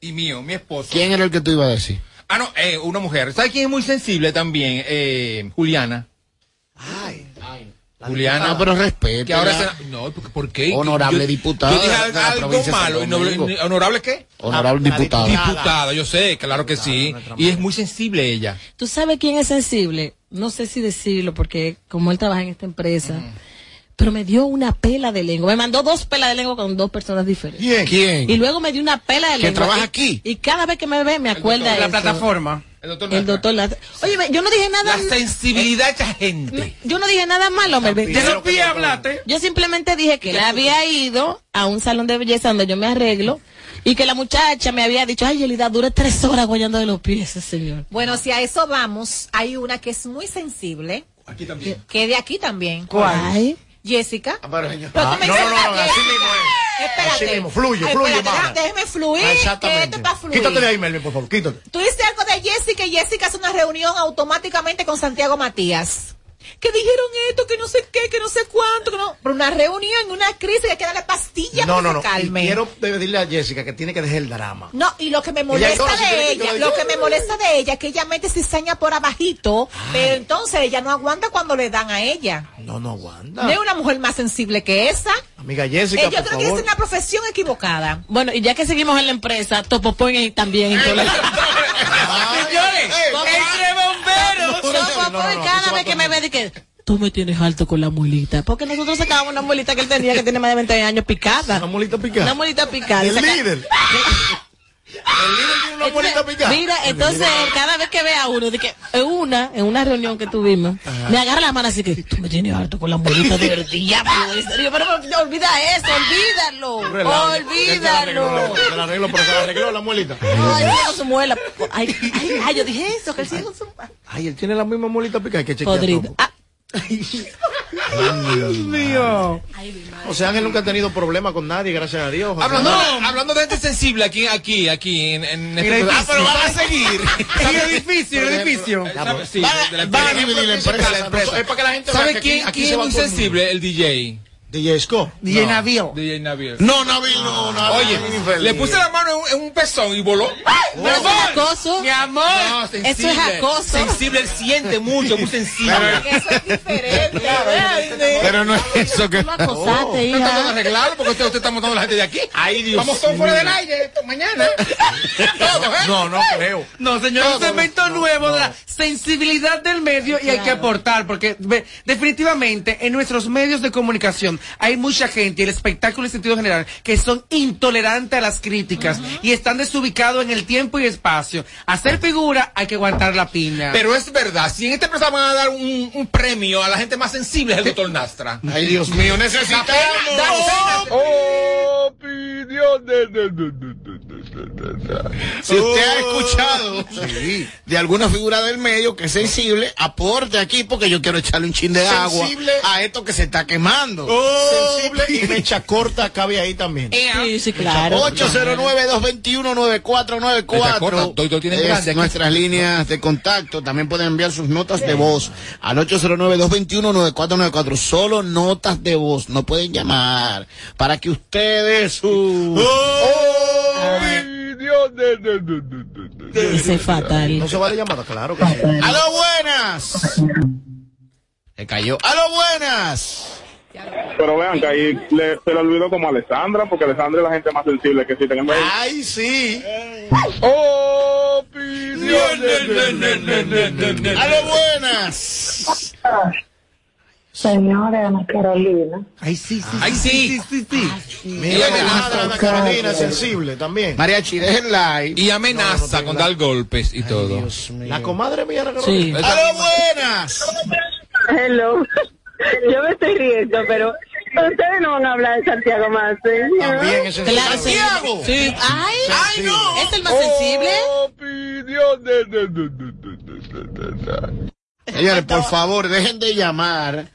Y mío, mi esposo.
¿Quién era el que tú ibas a decir?
Ah, no, eh, una mujer. ¿Sabes quién es muy sensible también? Eh, Juliana. Ay, Juliana.
Ah, pero respeto.
que ahora
ya.
se- No, ¿por por qué?
Honorable
Yo-
diputada
Yo dije
de la
algo
provincia de Santo
malo. y no-
Domingo.
ni- ¿Honorable qué?
Honorable diputado.
Ah, Diputada, yo sé, claro que sí. Y es muy sensible ella.
¿Tú sabes quién es sensible? No sé si decirlo porque como él trabaja en esta empresa, pero me dio una pela de lengua. Me mandó dos pelas de lengua con dos personas diferentes.
¿Quién? ¿Quién?
Y luego me dio una pela de
¿Que
lengua.
trabaja
Y-
aquí?
Y cada vez que me ve me acuerda
La
eso.
plataforma.
El doctor
El doctor Lastra. Oye, ve, yo no dije nada.
La sensibilidad de esta gente.
Yo no dije nada malo, Melvin.
De los pies hablaste.
Yo simplemente dije que él había ido a un salón de belleza donde yo me arreglo y que la muchacha me había dicho, ay, Yelida, dura tres horas guayando de los pies ese señor.
Bueno, si a eso vamos, hay una que es muy sensible,
Aquí también.
que de aquí también.
Ay.
Ah,
Jessica.
Pero, señor.
Pero tú
Ah,
me
no,
dices
no, no,
también.
así mismo
Espérate.
Así mismo, fluye,
Ay,
fluye,
espérate,
Maga.
deja- déjeme fluir.
Ah,
que
Exactamente.
esto está fluir.
Quítate de ahí, Melvin, por favor, quítate.
Tú dices algo de Jessica y Jessica hace una reunión automáticamente con Santiago Matías. Que dijeron esto, que no sé qué, que no sé cuánto, que no. Pero una reunión, una crisis, hay que darle pastillas
No,
para
no,
que
no.
se
Y
calme.
quiero pedirle a Jessica que tiene que dejar el drama.
No, y lo que me
Ella
molesta
llora, si
de
quiere que yo
ella,
la
lo
llore.
que me molesta de ella es que ella mete cizaña por abajito, pero entonces ella no aguanta cuando le dan a ella.
No, no aguanta.
No es una mujer más sensible que esa.
Amiga
Eh,
Jessica, por
yo creo que esa
favor.
es una profesión equivocada.
Bueno, y ya que seguimos en la empresa, Topopón ahí también. entonces.
Señores, entre bomberos.
Topopón cada vez que me ve, dice, tú me tienes alto con la mulita. Porque nosotros sacábamos una mulita que él tenía que tiene más de 20 años picada.
Una mulita picada.
Una mulita picada. Y
El
saca-
líder. El líder tiene una mulita picada.
Mira, entonces él cada vez que ve a uno, de que en una, en una reunión que tuvimos, me agarra la mano así que tú me tienes harto con la mulita del diablo. En serio, Pero pero, olvida eso, pues, olvídalo, olvídalo.
Te la arreglo, pero se la arregló la muelita.
Ay, él con su muela. Ay, ay, ay, yo dije eso, que él sigue con su
Ay, él tiene la misma muelita picada. Hay que chequear
podrida.
todo.
Ah,
Dios mío. O sea, Ángel nunca ha tenido problema con nadie, gracias a Dios.
Hablando, hablando de gente sensible aquí, aquí, aquí, en, en
En el
este- Ah,
edificio.
pero van a seguir.
En el edificio, en el edificio.
Sí,
Van a-
de la
van a
empresa.
dividir la empresa.
De la empresa.
Es para que la gente vea
¿Sabe
que aquí-
quién,
aquí
quién
se
es
va
muy
todo el
sensible? El DJ.
DJ Scott.
DJ
No,
Navío.
DJ Navío.
No, Navío, no, Navío,
Oye,
infeliz.
le puse la mano en un- en un pezón y voló.
Pero eso es acoso.
Mi amor.
No, sensible. Eso es acoso.
Sensible, él siente mucho, muy sensible.
Eso
es diferente. Pero
no es eso que.
No
hija.
está todo arreglado porque usted, usted está montando la gente de aquí.
Ay, Dios
Vamos todos
mío.
fuera del aire esto, mañana. ¿eh?
No, no creo. No, señor, es un segmento nuevo de la sensibilidad del medio y hay que aportar, porque ve, definitivamente en nuestros medios de comunicación hay mucha gente, y el espectáculo en sentido general, que son intolerantes a las críticas y están desubicados en el tiempo y espacio. Hacer figura hay que aguantar la piña.
Pero es verdad, si en este programa van a dar un, un premio a la gente más sensible es el doctor Nastra.
Ay, Dios mío,
La pena, da pena.
Opinión de- de- de- de- de- de- Si usted
Oh.
ha escuchado de alguna figura del medio que es sensible, aporte aquí porque yo quiero echarle un chin de agua
Sensible. Oh.
a esto que se está quemando.
Sensible y mecha corta cabe ahí también.
Eh,
Sí, sí,
Claro.
claro.
809-221-9494.
Doy, doy, tiene
Es
grande aquí.
nuestras líneas de contacto. También pueden enviar sus notas de voz al 809-221-9494. Solo notas de voz. No pueden llamar para que ustedes
Oh,
su...
Ese es fatal.
No se vale llamada, claro que sí.
¡A lo buenas! Se cayó. ¡A lo buenas!
Pero vean que ahí le- se le olvidó como a Alessandra, porque Alessandra es la gente más sensible que si tenemos.
¡Ay, sí!
Oh,
¡A lo buenas!
Señora Ana Carolina.
Ay, sí, sí.
Ay, sí.
sí, sí.
Mira, amenaza Ana Carolina, sensible también.
Mariachi, dejen like.
Y amenaza con dar golpes y todo.
La comadre mía, Ana
Sí.
Carolina.
¡A lo buenas!
Hello. Yo me estoy riendo, pero ustedes no van a hablar de Santiago más.
También es
Claro, sí. Sí. Ay, ay, no. Es el más sensible.
Señores, por favor, dejen de llamar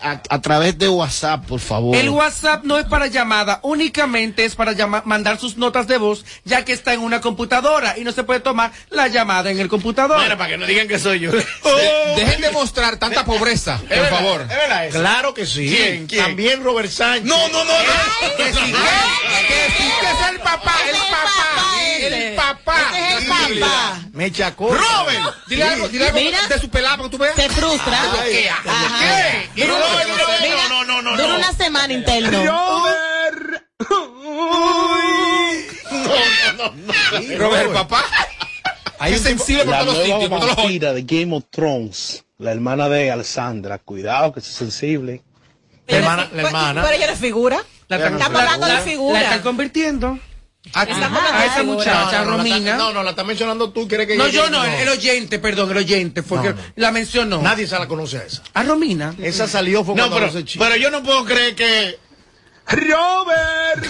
a, a través de WhatsApp, por favor.
El WhatsApp no es para llamada, únicamente es para llama- mandar sus notas de voz, ya que está en una computadora y no se puede tomar la llamada en el computador.
Mira, para que no digan que soy yo.
Oh.
Dejen de mostrar
Eh,
tanta pobreza, por favor.
¿Es verdad eso? Claro que sí.
¿Quién? ¿Quién?
También Robert Sánchez.
No, no, no, no.
Que sí,
que sí, que es el papá, el papá, el papá.
Ese es el
Dile.
papá.
Me chacó.
Robert, dile
Sí.
algo, dile algo
Mira.
de su pelada para que tú veas.
Se frustra.
Te bloquea.
Ajá.
¿Qué?
Dura-
No, no, no,
Mira,
no, no, no,
Dura
no.
una semana interno.
Robert, papá.
Hay
es sensible por
la
todos los
nueva
sitios, por todos los
vampira de Game of Thrones, la hermana de Alessandra. Cuidado, que es sensible.
La hermana, la hermana.
Pero ella era figura. Estamos hablando de
La están
figura.
convirtiendo. Ah,
Ah,
A,
Estamos hablando
a
de
esa
figura.
muchacha,
No, no, la está-
Romina.
No, no, la está mencionando tú. ¿Crees que
No,
ella-
yo no, el, el oyente, perdón, el oyente, fue
No,
que
no.
la mencionó.
Nadie se la conoce a esa.
A Romina.
Esa salió fue
No,
cuando
pero,
no se chica.
pero yo no puedo creer que. ¡Robert!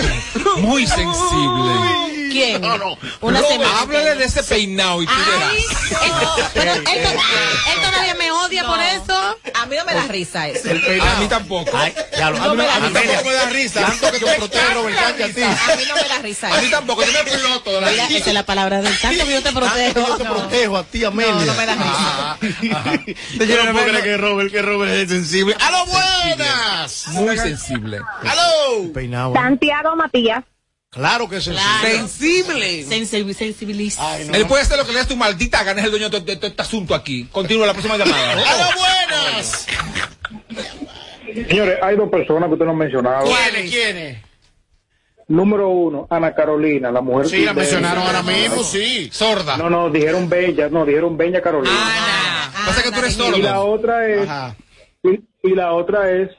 Muy sensible.
¿Quién?
No, no.
Una
Robert,
semana.
háblale de ese peinado y tú verás.
Pero él, to- él todavía me odia por eso. Pues,
A mí no me da risa eso.
A mí tampoco.
Ay, ya lo- a mí no- a mí tampoco me da risa. Tanto que te protege Robert Sánchez a ti.
A mí no me da risa
A mí
eso.
tampoco, yo me piloto de la
Mira, esa es la palabra del tanto que yo te
Tanto que
protejo.
Yo te protejo a ti, Amelia.
No, no me da
Ah.
risa.
Yo no puedo creer que Robert, que Robert es sensible. ¡A lo buenas!
Muy sensible.
¡Aló!
Peinado.
Santiago Matías.
Claro que es sensible.
Sensible.
Sensibil- sensibiliza.
Él puede hacer lo que le dé tu maldita gana, es el dueño de, de- de este asunto aquí. Continúa la próxima
¡A
llamada.
lo buenas!
Señores, hay dos personas que usted no ha mencionado.
¿Quiénes? ¿Quiénes?
Número uno, Ana Carolina, la mujer.
Sí, la
de-
mencionaron ahora mismo, sí.
Sorda.
No, no, dijeron Bella, no, dijeron Bella Carolina.
Pasa que tú eres
y la
sordo.
otra es,
Ajá.
y, y la otra es,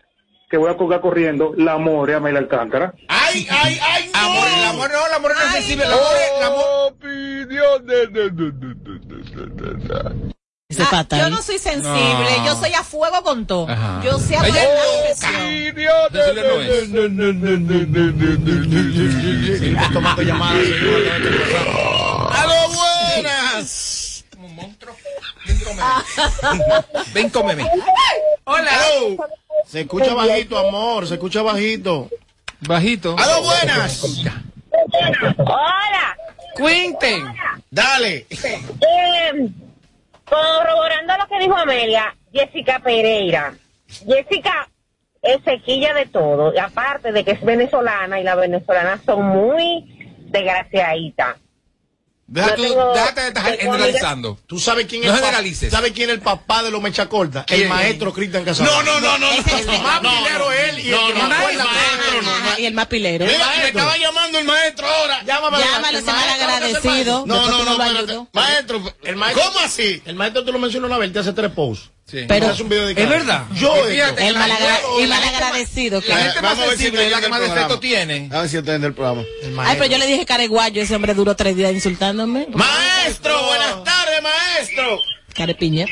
que voy a colgar corriendo, la more Amelia Alcántara.
¡Ay, ay, ay! No.
Amor, el amor no, el amor no es sensible, el amor es- el amor-
Ese es fatal.
Ah, Yo no soy sensible,
No.
yo soy a fuego con todo.
Ajá.
Yo sé aguantar la presión.
Sensible no es.
Está tomando llamadas.
¡A lo buenas!
Ven, cómeme.
Hola.
Se escucha bajito, amor. Se escucha bajito.
Bajito.
¡A lo buenas!
Hola.
Cuenten.
Dale.
Eh, corroborando lo que dijo Amelia, Jessica Pereira. Jessica,
es sequilla de todo. Y aparte de que es venezolana y las venezolanas son muy desgraciaditas.
Deja
Yo
tú-
tengo-
déjate de estar
tengo amigas-
generalizando.
¿Tú sabes quién
No
es? el pa-
generalices.
¿Sabe quién es el papá de los mechacortas? El
¿Quién?
maestro Cristian Casablanca.
No, no, no, no,
Ese es el
no,
más
no,
pilero
no,
él y el
no,
que
no,
más
no,
cuerda
el
tiene.
maestro, no,
Ajá, y el más pilero.
Mira, me estaba
llamando el maestro ahora.
Llámame al
Llámalo,
maestro.
ese malagradecido.
No,
Después
no,
tú
no,
lo
espérate.
ayudas.
Maestro,
el maestro,
¿cómo así?
El maestro tú lo mencionas una vez, te hace tres posts. Sí.
Pero-
hace un video de
Es
cada-
verdad.
Yo,
Fíjate,
Héctor,
el malagra-
yo-
y malagradecido,
La
claro.
Eh,
gente más
Vamos a ver si
sensible es la que más defecto tiene.
A ver si entiende el programa.
Ay, pero yo le dije careguayo, ese hombre duró tres días insultándome.
Maestro, buenas tardes, maestro.
Carepiña.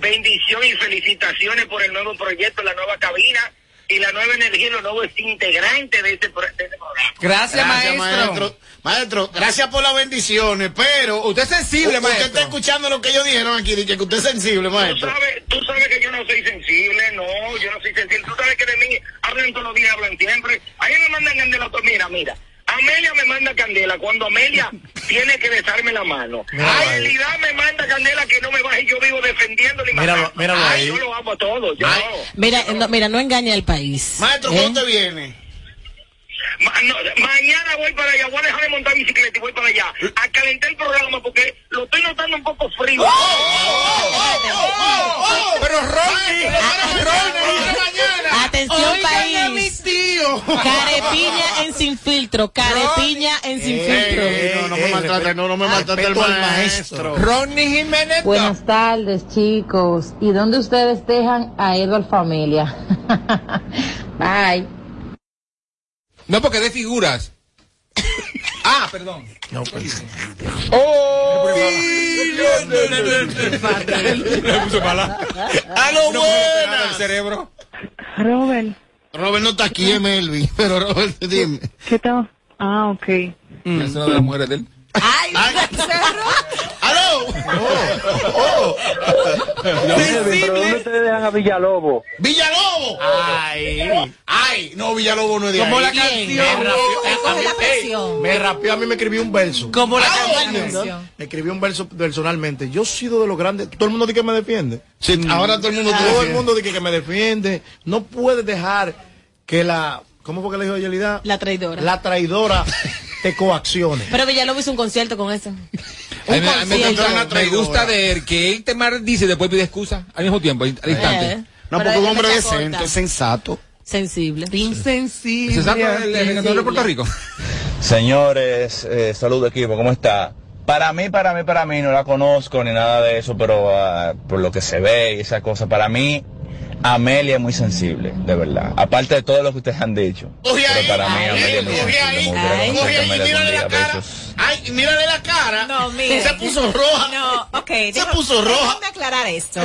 Bendición y felicitaciones por el nuevo proyecto, la nueva cabina y la nueva energía y los nuevos integrantes de este, pro- de este programa.
Gracias, maestro. maestro. gracias por las bendiciones, pero... Usted es sensible,
maestro.
Usted está escuchando lo que ellos dijeron aquí, dice que usted es sensible, maestro.
Tú sabes que yo no soy sensible, no, yo no soy sensible. Tú sabes que de mí hablan todos los días, hablan siempre. A mí me mandan candela, to- mira, mira. Amelia me manda candela cuando Amelia tiene que besarme la mano.
Míralo
Ay,
ahí.
Elida me manda candela que no me baje, yo vivo defendiéndole. y
Míralo-
matando.
míralo
Ay,
ahí.
Yo lo amo a todos, yo lo amo.
Mira, eh, no, mira, no engaña al país.
Maestro,
¿eh?
¿cómo te
viene?
Ma- no, mañana voy para allá, voy a dejar de montar bicicleta y voy para allá a calentar el programa porque lo estoy notando un poco frío.
Pero Ronnie,
ah, Atención, país. Carepiña en sin filtro. Carepiña en sin filtro.
no, no me maltrate, no, no me maltrate el maestro. Ronnie Jiménez.
Buenas tardes, chicos. ¿Y dónde ustedes dejan a Edward Familia? Bye.
No, porque de figuras. ah, perdón.
No, pues.
¡Oh! Le puse mala.
¡A lo buena!
El cerebro.
Robert,
Robert no está aquí, es Melvin, pero Robert, dime.
¿qué tal? Ah, ok.
Mm.
Es una de las mujeres de él.
¿Pero dónde ustedes dejan a Villalobo? ¡Villalobo!
Ay,
ay, no, Villalobo no es de
Como
ahí.
la canción. Me rapeó, a mí- ey, me rapeó, a mí me escribió un verso. Ah,
Como la
canción. Me escribió un verso personalmente. Yo he sido de los grandes. Todo el mundo dice que me defiende.
ahora todo el mundo te
Todo el
defiende.
mundo dice que me defiende. No puedes dejar que la. ¿Cómo fue que le dijo Yelida?
La traidora.
La traidora te coaccione.
Pero Villalobos hizo un concierto con eso.
A mí me- a mí me
concierto.
encanta-
Una
Me
traidora.
gusta de él que él te maldice y después pide excusa al mismo tiempo, al instante.
Eh,
No,
pero
porque un
ella
hombre
está
decente,
corta.
sensato.
Sensible.
Insensible.
¿Se sabe el- el ganador de Puerto Rico?
Señores, eh, saludo equipo, ¿cómo está? Para mí, para mí, para mí, no la conozco ni nada de eso, pero ah, por lo que se ve y esa cosa, para mí, Amelia es muy sensible, de verdad. Aparte de todo lo que ustedes han dicho. pero para mí, Amelia es muy sensible. Me gustaría conocer a Amelia algún día, besos.
Ay, mírale la cara.
No, mire.
Se puso roja.
No, ok. Se
puso roja.
Déjame aclarar esto.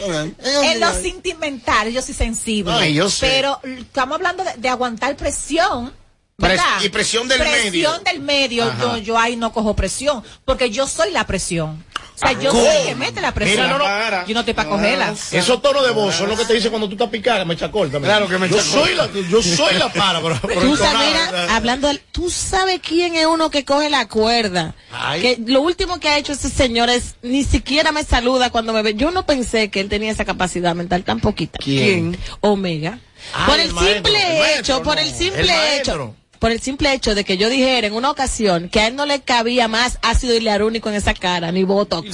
En
En lo sentimental, yo soy sensible.
Ay, yo sé.
Pero l- estamos hablando de, de aguantar presión. ¿verdad?
Pres- y presión del medio.
Presión del medio.
Ajá.
Yo, yo ahí no cojo presión. Porque yo soy la presión. O sea,
Ah,
yo
¿cómo?
soy el que mete la presión.
Mira, no, no.
Yo no estoy para cogerla.
Esos tonos de voz son lo que te dice cuando tú estás picada, me echa corta. mira.
Claro que me
yo
echa
soy la,
corta.
Yo soy la para, pero. pero
Tú
entonada,
sabes,
¿verdad?
mira, hablando del- tú sabes quién es uno que coge la cuerda.
Ay.
Que lo último que ha hecho ese señor es ni siquiera me saluda cuando me ve. Yo no pensé que él tenía esa capacidad mental tan poquita.
¿Quién?
Omega.
Ah,
por
el
el,
maestro,
simple
el maestro,
hecho, por
no,
el
el
simple
maestro.
hecho. Por el simple hecho de que yo dijera en una ocasión que a él no le cabía más ácido hialurónico en esa cara, ni botox.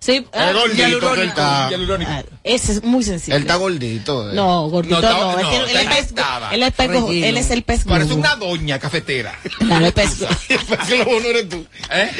Sí, ah,
Es gordito que él está.
Ah, Ese es muy sencil.
Él está gordito. eh.
No, gordito
No, estaba-
no. es que
no,
él, es pez,
estaba.
él es pez gordo,
Relleno.
él es el pez
Parece
gordo.
una doña cafetera.
Claro, el pez globo.
no eres tú.
¿Eh?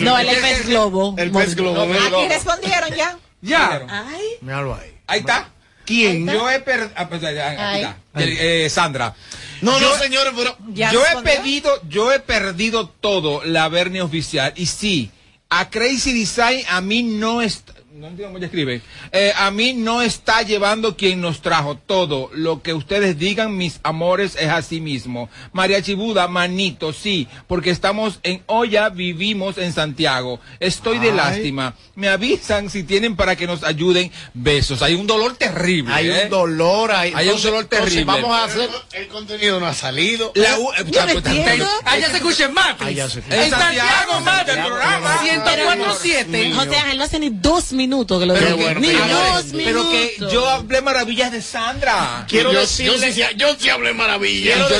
No, el pez globo.
El pez globo.
No,
Aquí respondieron ya.
Ya.
Ay.
Míralo ahí.
Ahí está. ¿Quién? Yo he ah, pues, perdido.
Ay.
eh, Sandra.
No,
Yo-
no, señores, pero.
¿Ya
yo he
respondió?
pedido, yo he perdido todo la Bernie oficial. Y sí, a Crazy Design a mí no está. No entiendo cómo ella escribe. Eh, a mí no está llevando quien nos trajo todo. Lo que ustedes digan, mis amores, es así mismo. María Chibuda, manito, sí, porque estamos en Olla, vivimos en Santiago. Estoy de
Ay.
lástima. Me avisan si tienen para que nos ayuden. Besos. Hay un dolor terrible.
Hay
¿eh?
un dolor ahí.
Hay un dolor
entonces
terrible.
vamos a hacer.
El contenido no ha salido.
La U- eh,
pues,
Yo no
puta,
entiendo.
puta,
Allá se escucha en
Ah,
Matrix.
Allá se escucha.
En
En Santiago,
Santiago, Matrix.
Santiago, Santiago,
Programa
Santiago.
104.7.
José Ángel no hace ni dos minutos que lo dije. Ni dos
pero que
minutos.
yo hablé maravillas de Sandra.
Quiero decirle- Quiero,
Yo
deci-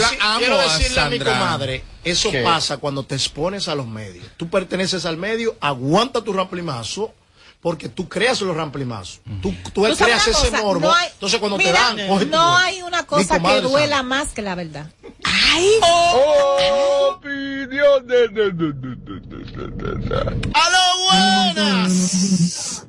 la amo
quiero
a
decirle a, mi
Sandra.
comadre, eso
¿Qué?
pasa cuando te expones a los medios. Tú perteneces al medio, aguanta tu ramplimazo, porque tú creas los ramplimazos. Tú, tú
Tú sabes
creas
una
ese
cosa,
morbo.
no hay-
entonces cuando
Mira,
te dan, coge tu
no
duelo.
hay una
Mi
cosa que
comadre
duela
sabe.
más que la verdad.
Opinión de- de- de- de-
¡Aló, buenas!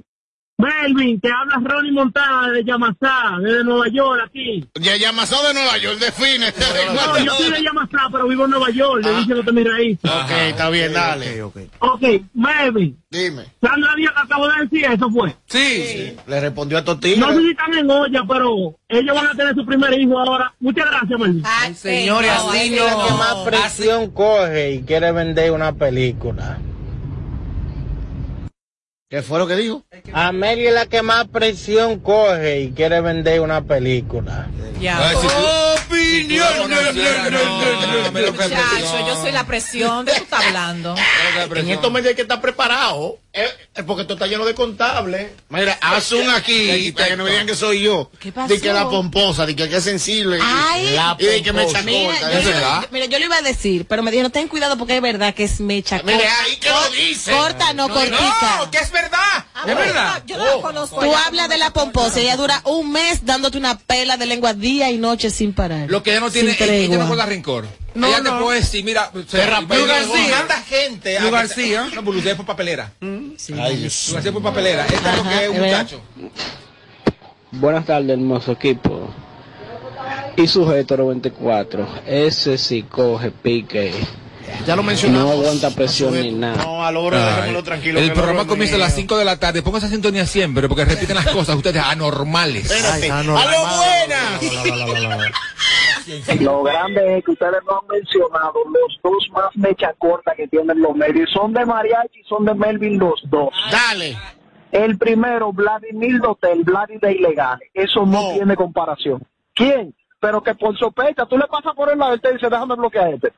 Melvin, te habla Ronnie Montana de Yamasá, desde Nueva York, aquí.
De Yamasá de Nueva York, define.
No, yo soy de Yamasá, pero vivo en Nueva York, le dicen mi raíz.
Ah. Ok, está bien, dale.
Ok, Melvin.
Dime.
Sandra Díaz acabo de decir eso, fue.
Sí.
Le respondió a Totino.
No sé si están en olla, pero ellos van a tener su primer hijo ahora. Muchas gracias, Melvin.
Señores, así
es la
no.
que más
Así-
coge y quiere vender una película.
¿Qué fue lo que dijo?
Amelia es la que más presión coge y quiere vender una película.
Ay, si tú- si tú la conocieras, no, no, pero qué
Muchacho, yo soy la presión de tú estás hablando.
En estos medios hay que estar preparado, eh, eh, porque esto está lleno de contables.
Mira, haz un aquí para que no digan que soy yo.
¿Qué pasó?
De que la pomposa, de que, que es sensible.
Ay.
La y de que me
Mira,
chacorta.
yo
¿Es
le-
verdad?
Mira, yo lo iba a decir, pero me dijeron, ten cuidado porque es verdad que es mecha
Mire,
corta.
ahí que lo dice.
Corta, no, cortica. Ah,
No, que es verdad. es verdad. Oh.
Yo no la conozco.
Oh. Tú hablas de la pomposa, ella dura un mes dándote una pela de lengua día y noche sin parar.
Lo que ella no
Sin
tiene, ella ella no
tregua.
guarda rencor.
No,
ella
no.
te puede decir, mira, o sea,
rapea.
Lu
Lu
García,
García.
tanta gente.
Lu
García. No, pues Lu García es por papelera.
Ay, Dios.
Lu García es por papelera. Este es lo que es un
es verdad.
muchacho.
Buenas tardes, hermoso equipo. Y sujeto 94. Ese sí coge pique.
Ya lo
mencionamos. No aguanta
Ah,
presión ni nada.
No, al
hora,
Ay.
dejémoslo tranquilo,
El
que no
programa
lo
comienza a las
meneo.
5 de la tarde. Ponga esa sintonía siempre, porque repiten las cosas ustedes anormales.
Espérate. ¡Aló, buenas!
Lo grande es que ustedes no han mencionado los dos más mecha corta que tienen los medios. Son de Mariachi y son de Melvin los dos.
Dale.
El primero, Vladimir Dotel, Vladimir de Ilegales. Eso no, tiene comparación. ¿Quién? Pero que por sospecha, tú le pasas por el lado y te dice, déjame bloquear este.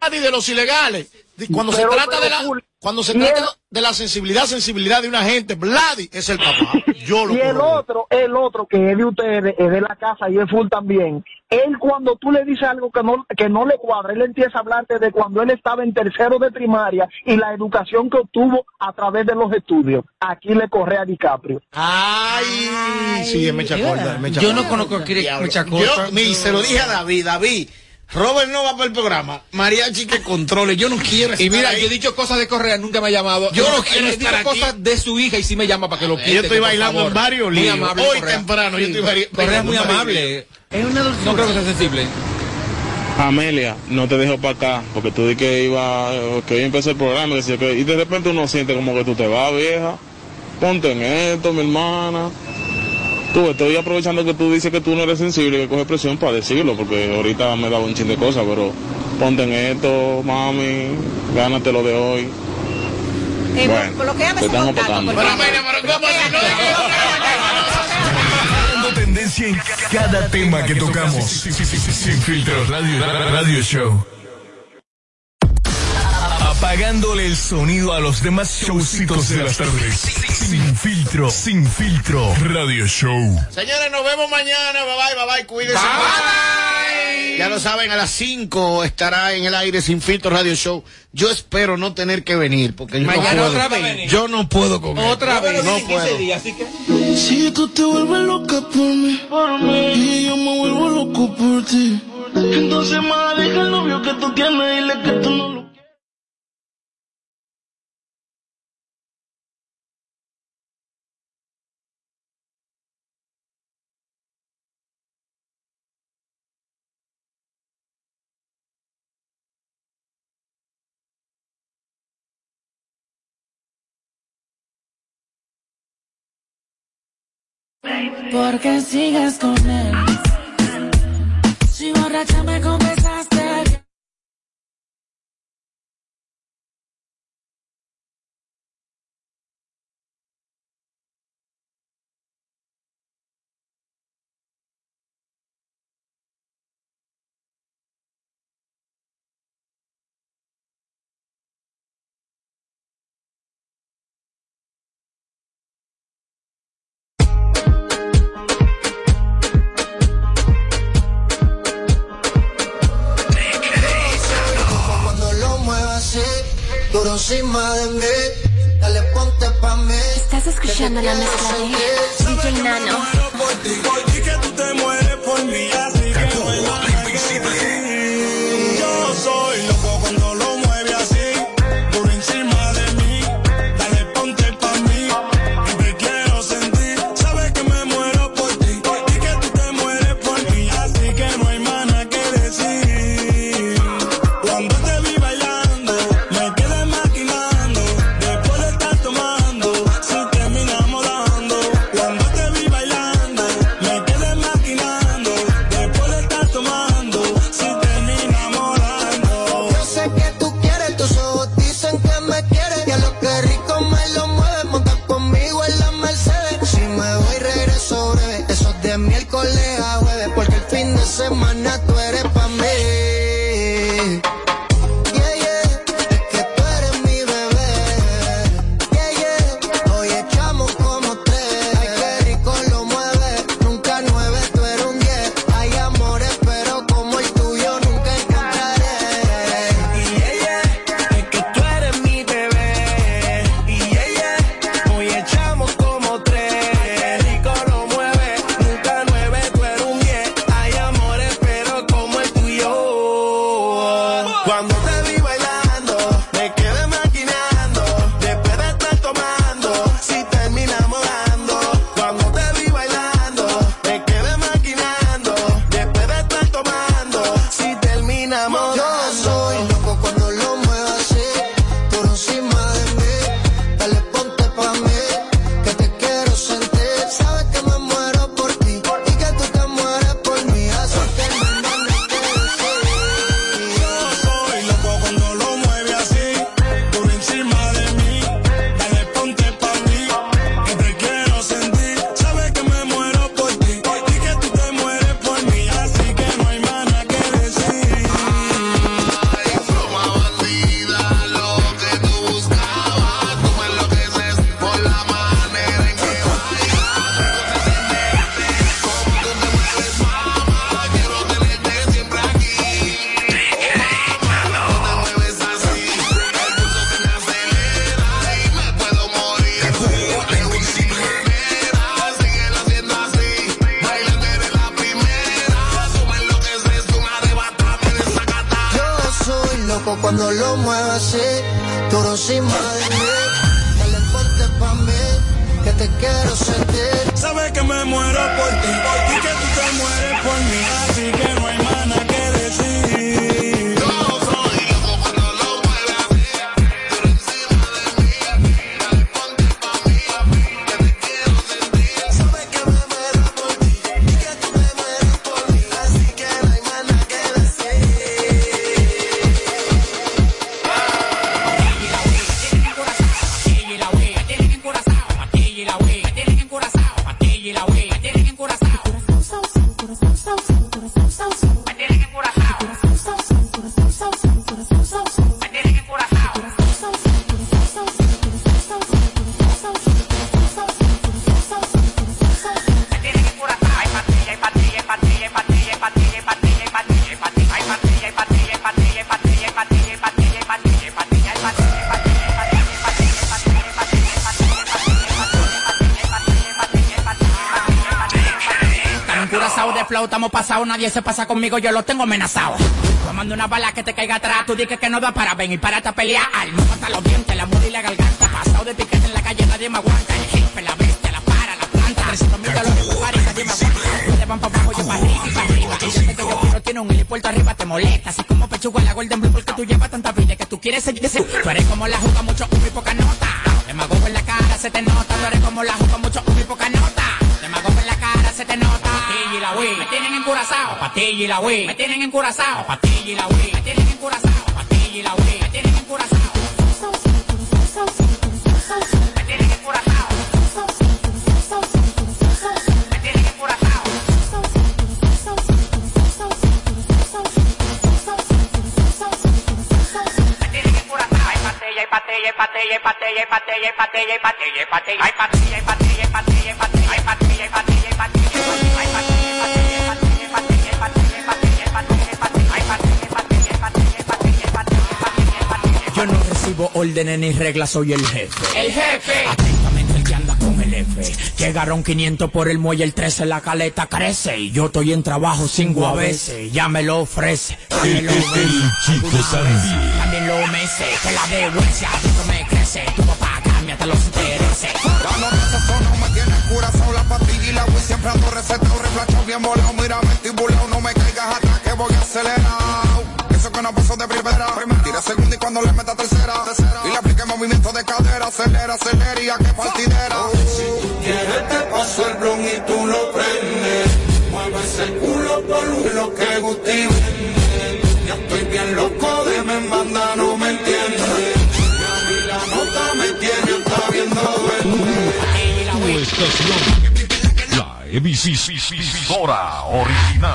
Nadie de los ilegales. Di- Cuando
Pero,
se trata
pero,
de la
Julio,
cuando se
y
trata
el-
de la sensibilidad, sensibilidad de una gente, Vladi es el papá. Yo lo
y el
corroboro.
otro, el otro que es de ustedes, es de la casa y es full también. Él cuando tú le dices algo que no, que no le cuadra, él empieza a hablarte de cuando él estaba en tercero de primaria y la educación que obtuvo a través de los estudios. Aquí le corre a DiCaprio.
Ay, sí, es mecha corta, mecha
Yo
corta.
no conozco a Kiri
Diablo.
mecha corta.
Yo ni se lo dije a David, David. Robert no va para el programa. Mariachi que controle. Yo no quiero
Y
estar
mira,
ahí.
yo he dicho cosas de Correa, nunca me ha llamado.
Yo no
Él
quiero
me
estar
dice
aquí.
cosas de su hija y sí me llama para que lo
Yo
quite.
estoy
Este, por
bailando
favor.
en varios
Muy
líos.
amable,
Hoy
Correa.
temprano yo estoy vari-
Correa es muy
bailando en
amable. Es una No creo que sea sensible.
Amelia, no te dejo para acá, porque tú di que iba, eh, que hoy empezó el programa, que sí, que- y de repente uno siente como que tú te vas, vieja. Ponte en esto, mi hermana. Tú, estoy aprovechando que tú dices que tú no eres sensible, que coges presión para decirlo, porque ahorita me daba un chin de cosas, pero ponte en esto, mami, gánate lo de hoy.
Eh,
Bueno,
bloqueame
te
ese
están
contacto,
opacando.
por favor.
Dando tendencia en cada tema que tocamos. Sin filtros, radio, radio show. Apagándole el sonido a los demás showcitos de las tardes. Sin filtro, sin filtro, radio show.
Señores, nos vemos mañana. Bye bye, bye bye. Cuídense. Ya lo saben, a las 5 estará en el aire Sin Filtro Radio Show. Yo espero no tener que venir porque yo
Mañana
no puedo.
otra vez.
Yo no puedo con esto.
Otra vez.
No
Tiene 15
puedo.
días, así que-
Si tú te vuelves loca por mí, y yo me vuelvo loco por ti, entonces más deja el novio que tú tienes, dile que tú no lo
Porque sigues con él. Si borracha me confesaste. encima de mí. Dale ponte pa' mí.
Estás escuchando la mezcla de DJ Nano.
Por ti, por ti que tú te mueres por mí. Así que no me lo negues. Yo soy loco cuando lo mueve así. Por encima de mí. Dale ponte pa' mí. Que te quiero sentir. Sabes que me muero por ti. Por ti que tú te mueres por mí. Así que no hay más nada que decir. Cuando te vi bailando, me quedé maquinando. Después de estar tomando, si terminamos dando. Cuando te vi bailando, me quedé maquinando. Después de estar tomando, si terminamos dando.
Yo sé que tú quieres, tus ojos dicen que me quieres. Y a lo que rico me lo mueves, monta conmigo en la Mercedes. Si me voy, regreso breve. Eso es de miércoles a jueves, porque el fin de semana tú eres pa' mí. Yeah, yeah, es que tú eres mi bebé. Yeah, yeah, hoy echamos como tres. Ay, qué rico lo mueve, nunca nueve, tú eres un diez. Hay amores, pero como el tuyo nunca encontraré.
Y ella, es que tú eres mi bebé. Y ella, hoy echamos como tres. Qué rico lo mueve, nunca nueve, tú eres un diez. Hay amores, pero como el tuyo. Cuando te vi bailando, me quedé maquinando. Después de estar tomando, si terminamos dando. Cuando te vi bailando, me quedé maquinando. Después de estar tomando, si terminamos
Yo soy loco cuando lo muevo así, por encima de mí. Dale ponte pa' mí, que te quiero sentir. Sabes que me muero por ti y que tú te mueres por mí. Así que no, no, no quiero decir.
Yo soy loco cuando lo mueve así, por encima de mí. Dale ponte pa' mí, que te quiero sentir. Sabes que me muero por ti, y que tú te mueres por mí. Así que no hay más nada que decir. Ay, broma bandida, lo que tú buscabas, tú me enloqueces por la manera en que bailas. Como tú te mueves, mamá, quiero tenerte siempre aquí.
Yo soy loco cuando lo muevo así, tú encima de mí. Dale ponte pa' mí, que te quiero sentir.
Sabes que me muero por ti, y que tú te mueres por mí, así que no hay más nada que decir. Yo soy loco cuando lo mueves así, pero encima de mí, dale ponte pa' mí, que te quiero sentir. Sabes que me muero por ti, y que tú te mueres por mí, así que no hay más nada que
Están curazao de flow, estamos pasados, nadie se pasa conmigo, yo lo tengo amenazado. Tomando una bala que te caiga atrás, tú dices que no da para ven y para a pelear. No mata los dientes, la muela y la garganta. Pasado de piquete en la calle, nadie me aguanta. El jefe, la bestia, la para, la planta. 300 mil dólares de pares, nadie me aguanta. Le van para abajo, yo para arriba y para arriba. El jefe que yo quiero tiene un helipuerto arriba, te molesta. Así como pechuga la Golden Blue, porque tú llevas tanta vida que tú quieres seguir. ese- Tú eres como la juga, mucho humo y poca nota. Demagogo en la cara, se te nota. Tú eres como la juga, mucho humo y poca nota. Demagogo en la cara, se te nota. Patilla y la Wii, me tienen encurazao. Patilla y la Wii, me tienen encurazao. Patilla y la Wii, me tienen encurazao. Patilla y la Wii, me tienen encurazao. Me tienen encurazao. Me tienen encurazao. Me tienen encurazao. Ay, patilla, ay, patilla, ay, patilla, ay, patilla, ay, patilla, ay, patilla, ay, patilla, ay, patilla. Ay, patilla, ay, patilla, ay, patilla, ay, patilla, ay, patilla, ay, patilla, ay, patilla. Yo no recibo orden órdenes ni reglas, soy el jefe.
El jefe.
Atentamente el que anda con el F. Llegaron 500 por el muelle, el 13 la caleta crece. Y yo estoy en trabajo cinco a veces, ya me lo ofrece.
El, el- el chico Sandy.
También lo mece, que la denuncia no me crece. Tu papá cámbiate los intereses.
Ya no receso, no me tienes curazao La pastilla y la Wii siempre ando recetado Reflachado, bien volado, mira vestibulado No me caigas atrás que voy acelerado Eso que no pasó de primera Tira segunda y cuando le meta tercera Y le aplique movimiento de cadera Acelera, acelera y a que partidera Si tú quieres Oh, te paso el blon y tú lo prendes Mueve ese culo por lo que guste y vende. Ya estoy bien loco de me manda, no me entiendes Y a mí la nota me tiene hasta viendo
Tu estación. La emisora original.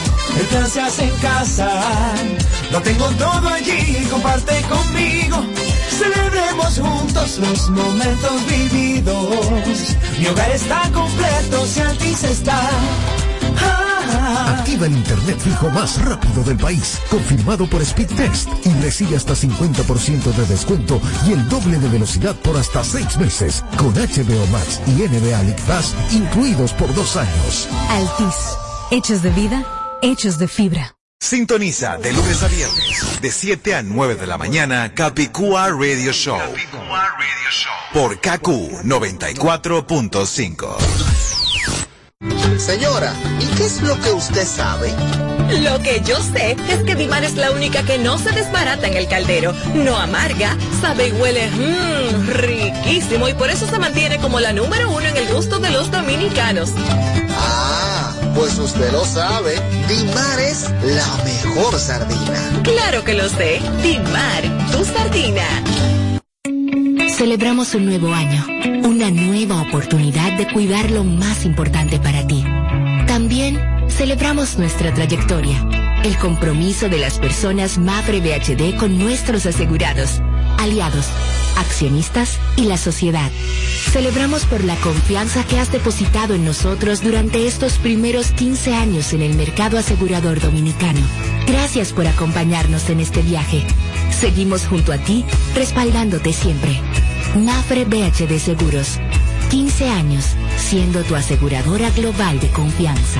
El plan se hace en casa. Lo tengo todo allí, comparte conmigo. Celebremos juntos los momentos vividos. Mi hogar está completo si Altis está. Ah.
Activa el internet fijo más rápido del país, confirmado por Speedtest, y recibe hasta 50% de descuento y el doble de velocidad por hasta 6 meses, con HBO Max y NBA League Pass incluidos por dos años.
Altis, hechos de vida, hechos de fibra.
Sintoniza de lunes a viernes, de 7 a 9 de la mañana, Capicúa Radio Show. Por KQ 94.5.
Señora, ¿y qué es lo que usted sabe?
Lo que yo sé es que Dimar es la única que no se desbarata en el caldero, no amarga, sabe y huele mmm, riquísimo y por eso se mantiene como la número uno en el gusto de los dominicanos.
Ah, pues usted lo sabe. Dimar es la mejor sardina.
Claro que lo sé, Dimar, tu sardina.
Celebramos un nuevo año, una nueva oportunidad de cuidar lo más importante para ti. También celebramos nuestra trayectoria, el compromiso de las personas Mafre BHD con nuestros asegurados, aliados, accionistas y la sociedad. Celebramos por la confianza que has depositado en nosotros durante estos primeros 15 años en el mercado asegurador dominicano. Gracias por acompañarnos en este viaje. Seguimos junto a ti, respaldándote siempre. Mafre BHD Seguros. 15 años siendo tu aseguradora global de confianza.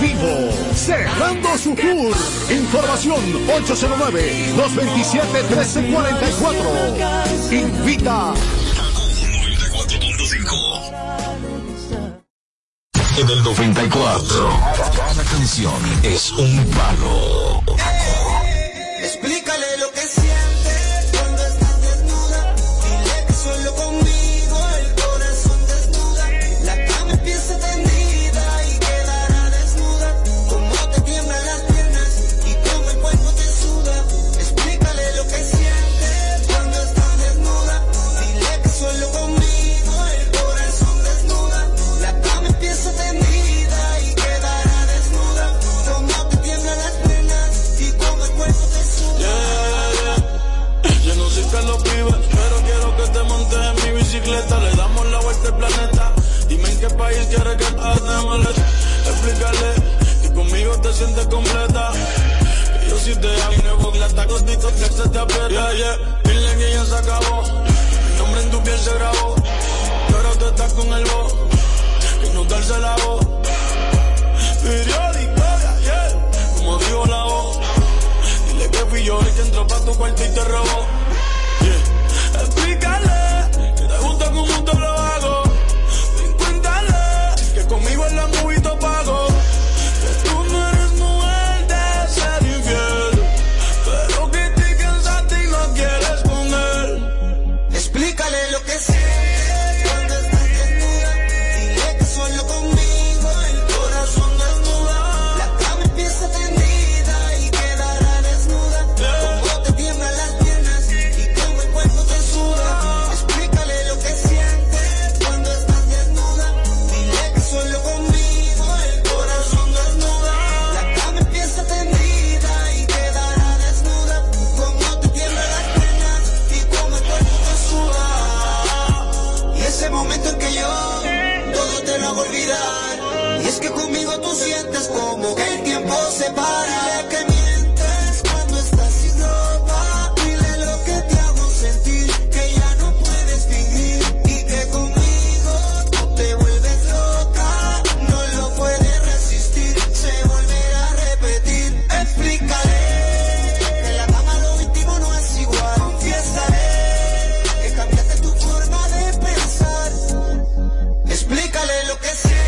vivo, cerrando su tour. Información 809-227-1344. Invita
En el 94, cada canción es un palo.
Explícale lo que siente cuando estás desnuda. Dile que solo conmigo el corazón desnuda. La cama empieza tendida y quedará desnuda. Como te tiemblan las piernas y como el cuerpo te suda. Explícale lo que siente cuando estás desnuda. Dile que solo conmigo el corazón desnuda. La cama empieza tendida y quedará desnuda. Como te tiemblan las piernas y como el cuerpo te suda.
Yo no soy Carlos Vives, pero quiero que te montes en mi bicicleta. Le damos la vuelta al planeta. Dime en qué país quieres que te démosle. Explícale que conmigo te sientes completa. Y
yo sí te amo. Y nuevo la tacos, disco, se te aprieta. Yeah, yeah. Dile que ya se acabó. Mi nombre en tu piel se grabó. Y ahora tú estás con el bo. Que no darse la voz. Periódico de ayer. Como digo la voz. Dile que fui yo el que entró pa' tu cuarto y te robó. Yeah. Explícale que te gusta como te lo hago. Cuéntale que conmigo en la movie te pago. Que tú no eres mujer de ser infiel. Pero que te cansaste y no quieres con él. Explícale lo que sé. Cuando estás desnuda, dile que solo conmigo el corazón desnuda. La cama empieza tendida y quedará desnuda. Como te tiemblan las piernas y como el cuerpo te suda. Explícale lo que sientes cuando estás desnuda. Dile que solo conmigo el corazón desnuda. La cama empieza tendida y quedará desnuda. Como te tiemblan las piernas y como el cuerpo te suda. Y ese momento en que yo todo te lo hago olvidar. Y es que conmigo tú sientes como que el tiempo se para. Dile que mientes cuando estás sin ropa. Dile lo que te hago sentir, que ya no puedes fingir. Y que conmigo tú te vuelves loca. No lo puedes resistir, se volverá a repetir. Explícale. que en la cama lo íntimo no es igual. Confiésale que cambiaste tu forma de pensar. Explícale lo que sé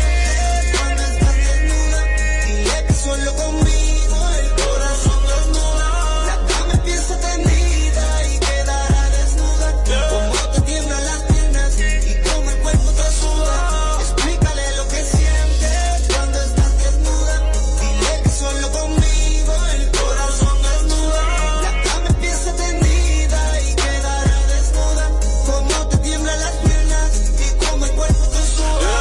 cuando estás desnuda. Dile que solo conmigo el corazón desnuda. La cama empieza tendida y quedará desnuda. Como te tiemblan las piernas y como el cuerpo te suda. Explícale lo que sientes cuando estás desnuda. Dile que solo conmigo el corazón desnuda. La cama empieza tendida y quedará desnuda. Como te tiemblan las piernas y como el cuerpo te suda.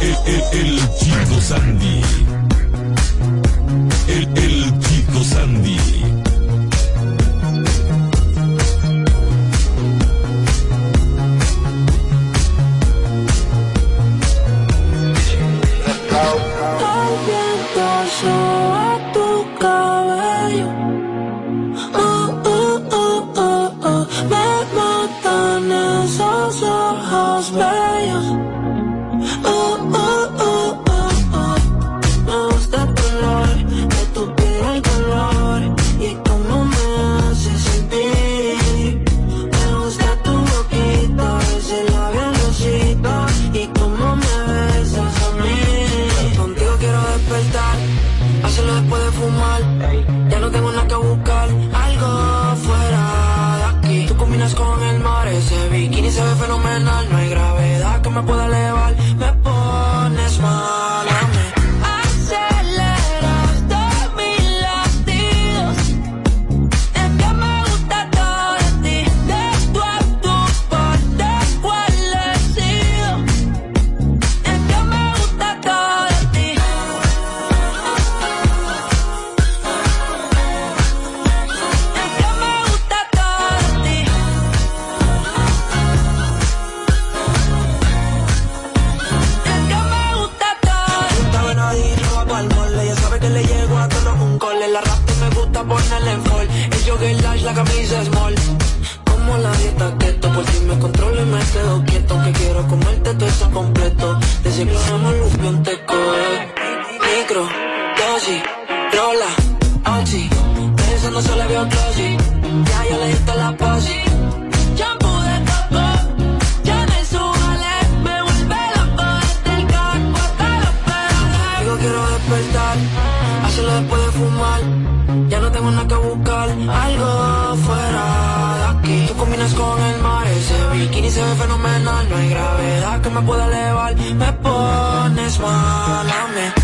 El, el, el chico Sandy. El, el chico Sandy.
El viento lleva tu cabello. Oh, oh, oh, oh, oh. Me matan esos ojos bellos. Oh, oh, oh, oh, oh. Me gusta el color de tu piel, el color y cómo me hace sentir. Me gusta tu boquita, ese labio rosita y cómo me besas a mí. Contigo quiero despertar, hacerlo después de fumar. Ya no tengo nada que buscar, algo fuera de aquí. Tú combinas con el mar, ese bikini se ve fenomenal. No hay gravedad que me pueda elevar, me pones mal a mí.
Aceleras de mis latidos. Es que me gusta todo de ti. De tu a tu parte, cuál he sido. Es que me gusta todo de ti. Es que me gusta todo de ti. Es que me gusta todo.
Me gusta ver a Dino a al mole, ya sabe que le llego a todo un cole. La rap me gusta ponerle en fall. El jogger lash, la camisa small. Como la dieta keto, por si me controlo y me quedo quieto. Que quiero comerte todo eso completo. Desciframos luz un teco. eh. Micro, dosis, rola, oxi. De eso no se le veo glossy. Ya yo le di toda la posi.
Champú de coco, ya me subale, me vuelve loco desde el caco hasta los pedales.
Digo quiero despertar, hacerlo después de fumar. Ya no tengo nada que buscar, algo fuera de aquí. Tú combinas con el mar, ese bikini se ve fenomenal. No hay gravedad que me pueda elevar, me pones mal a mí.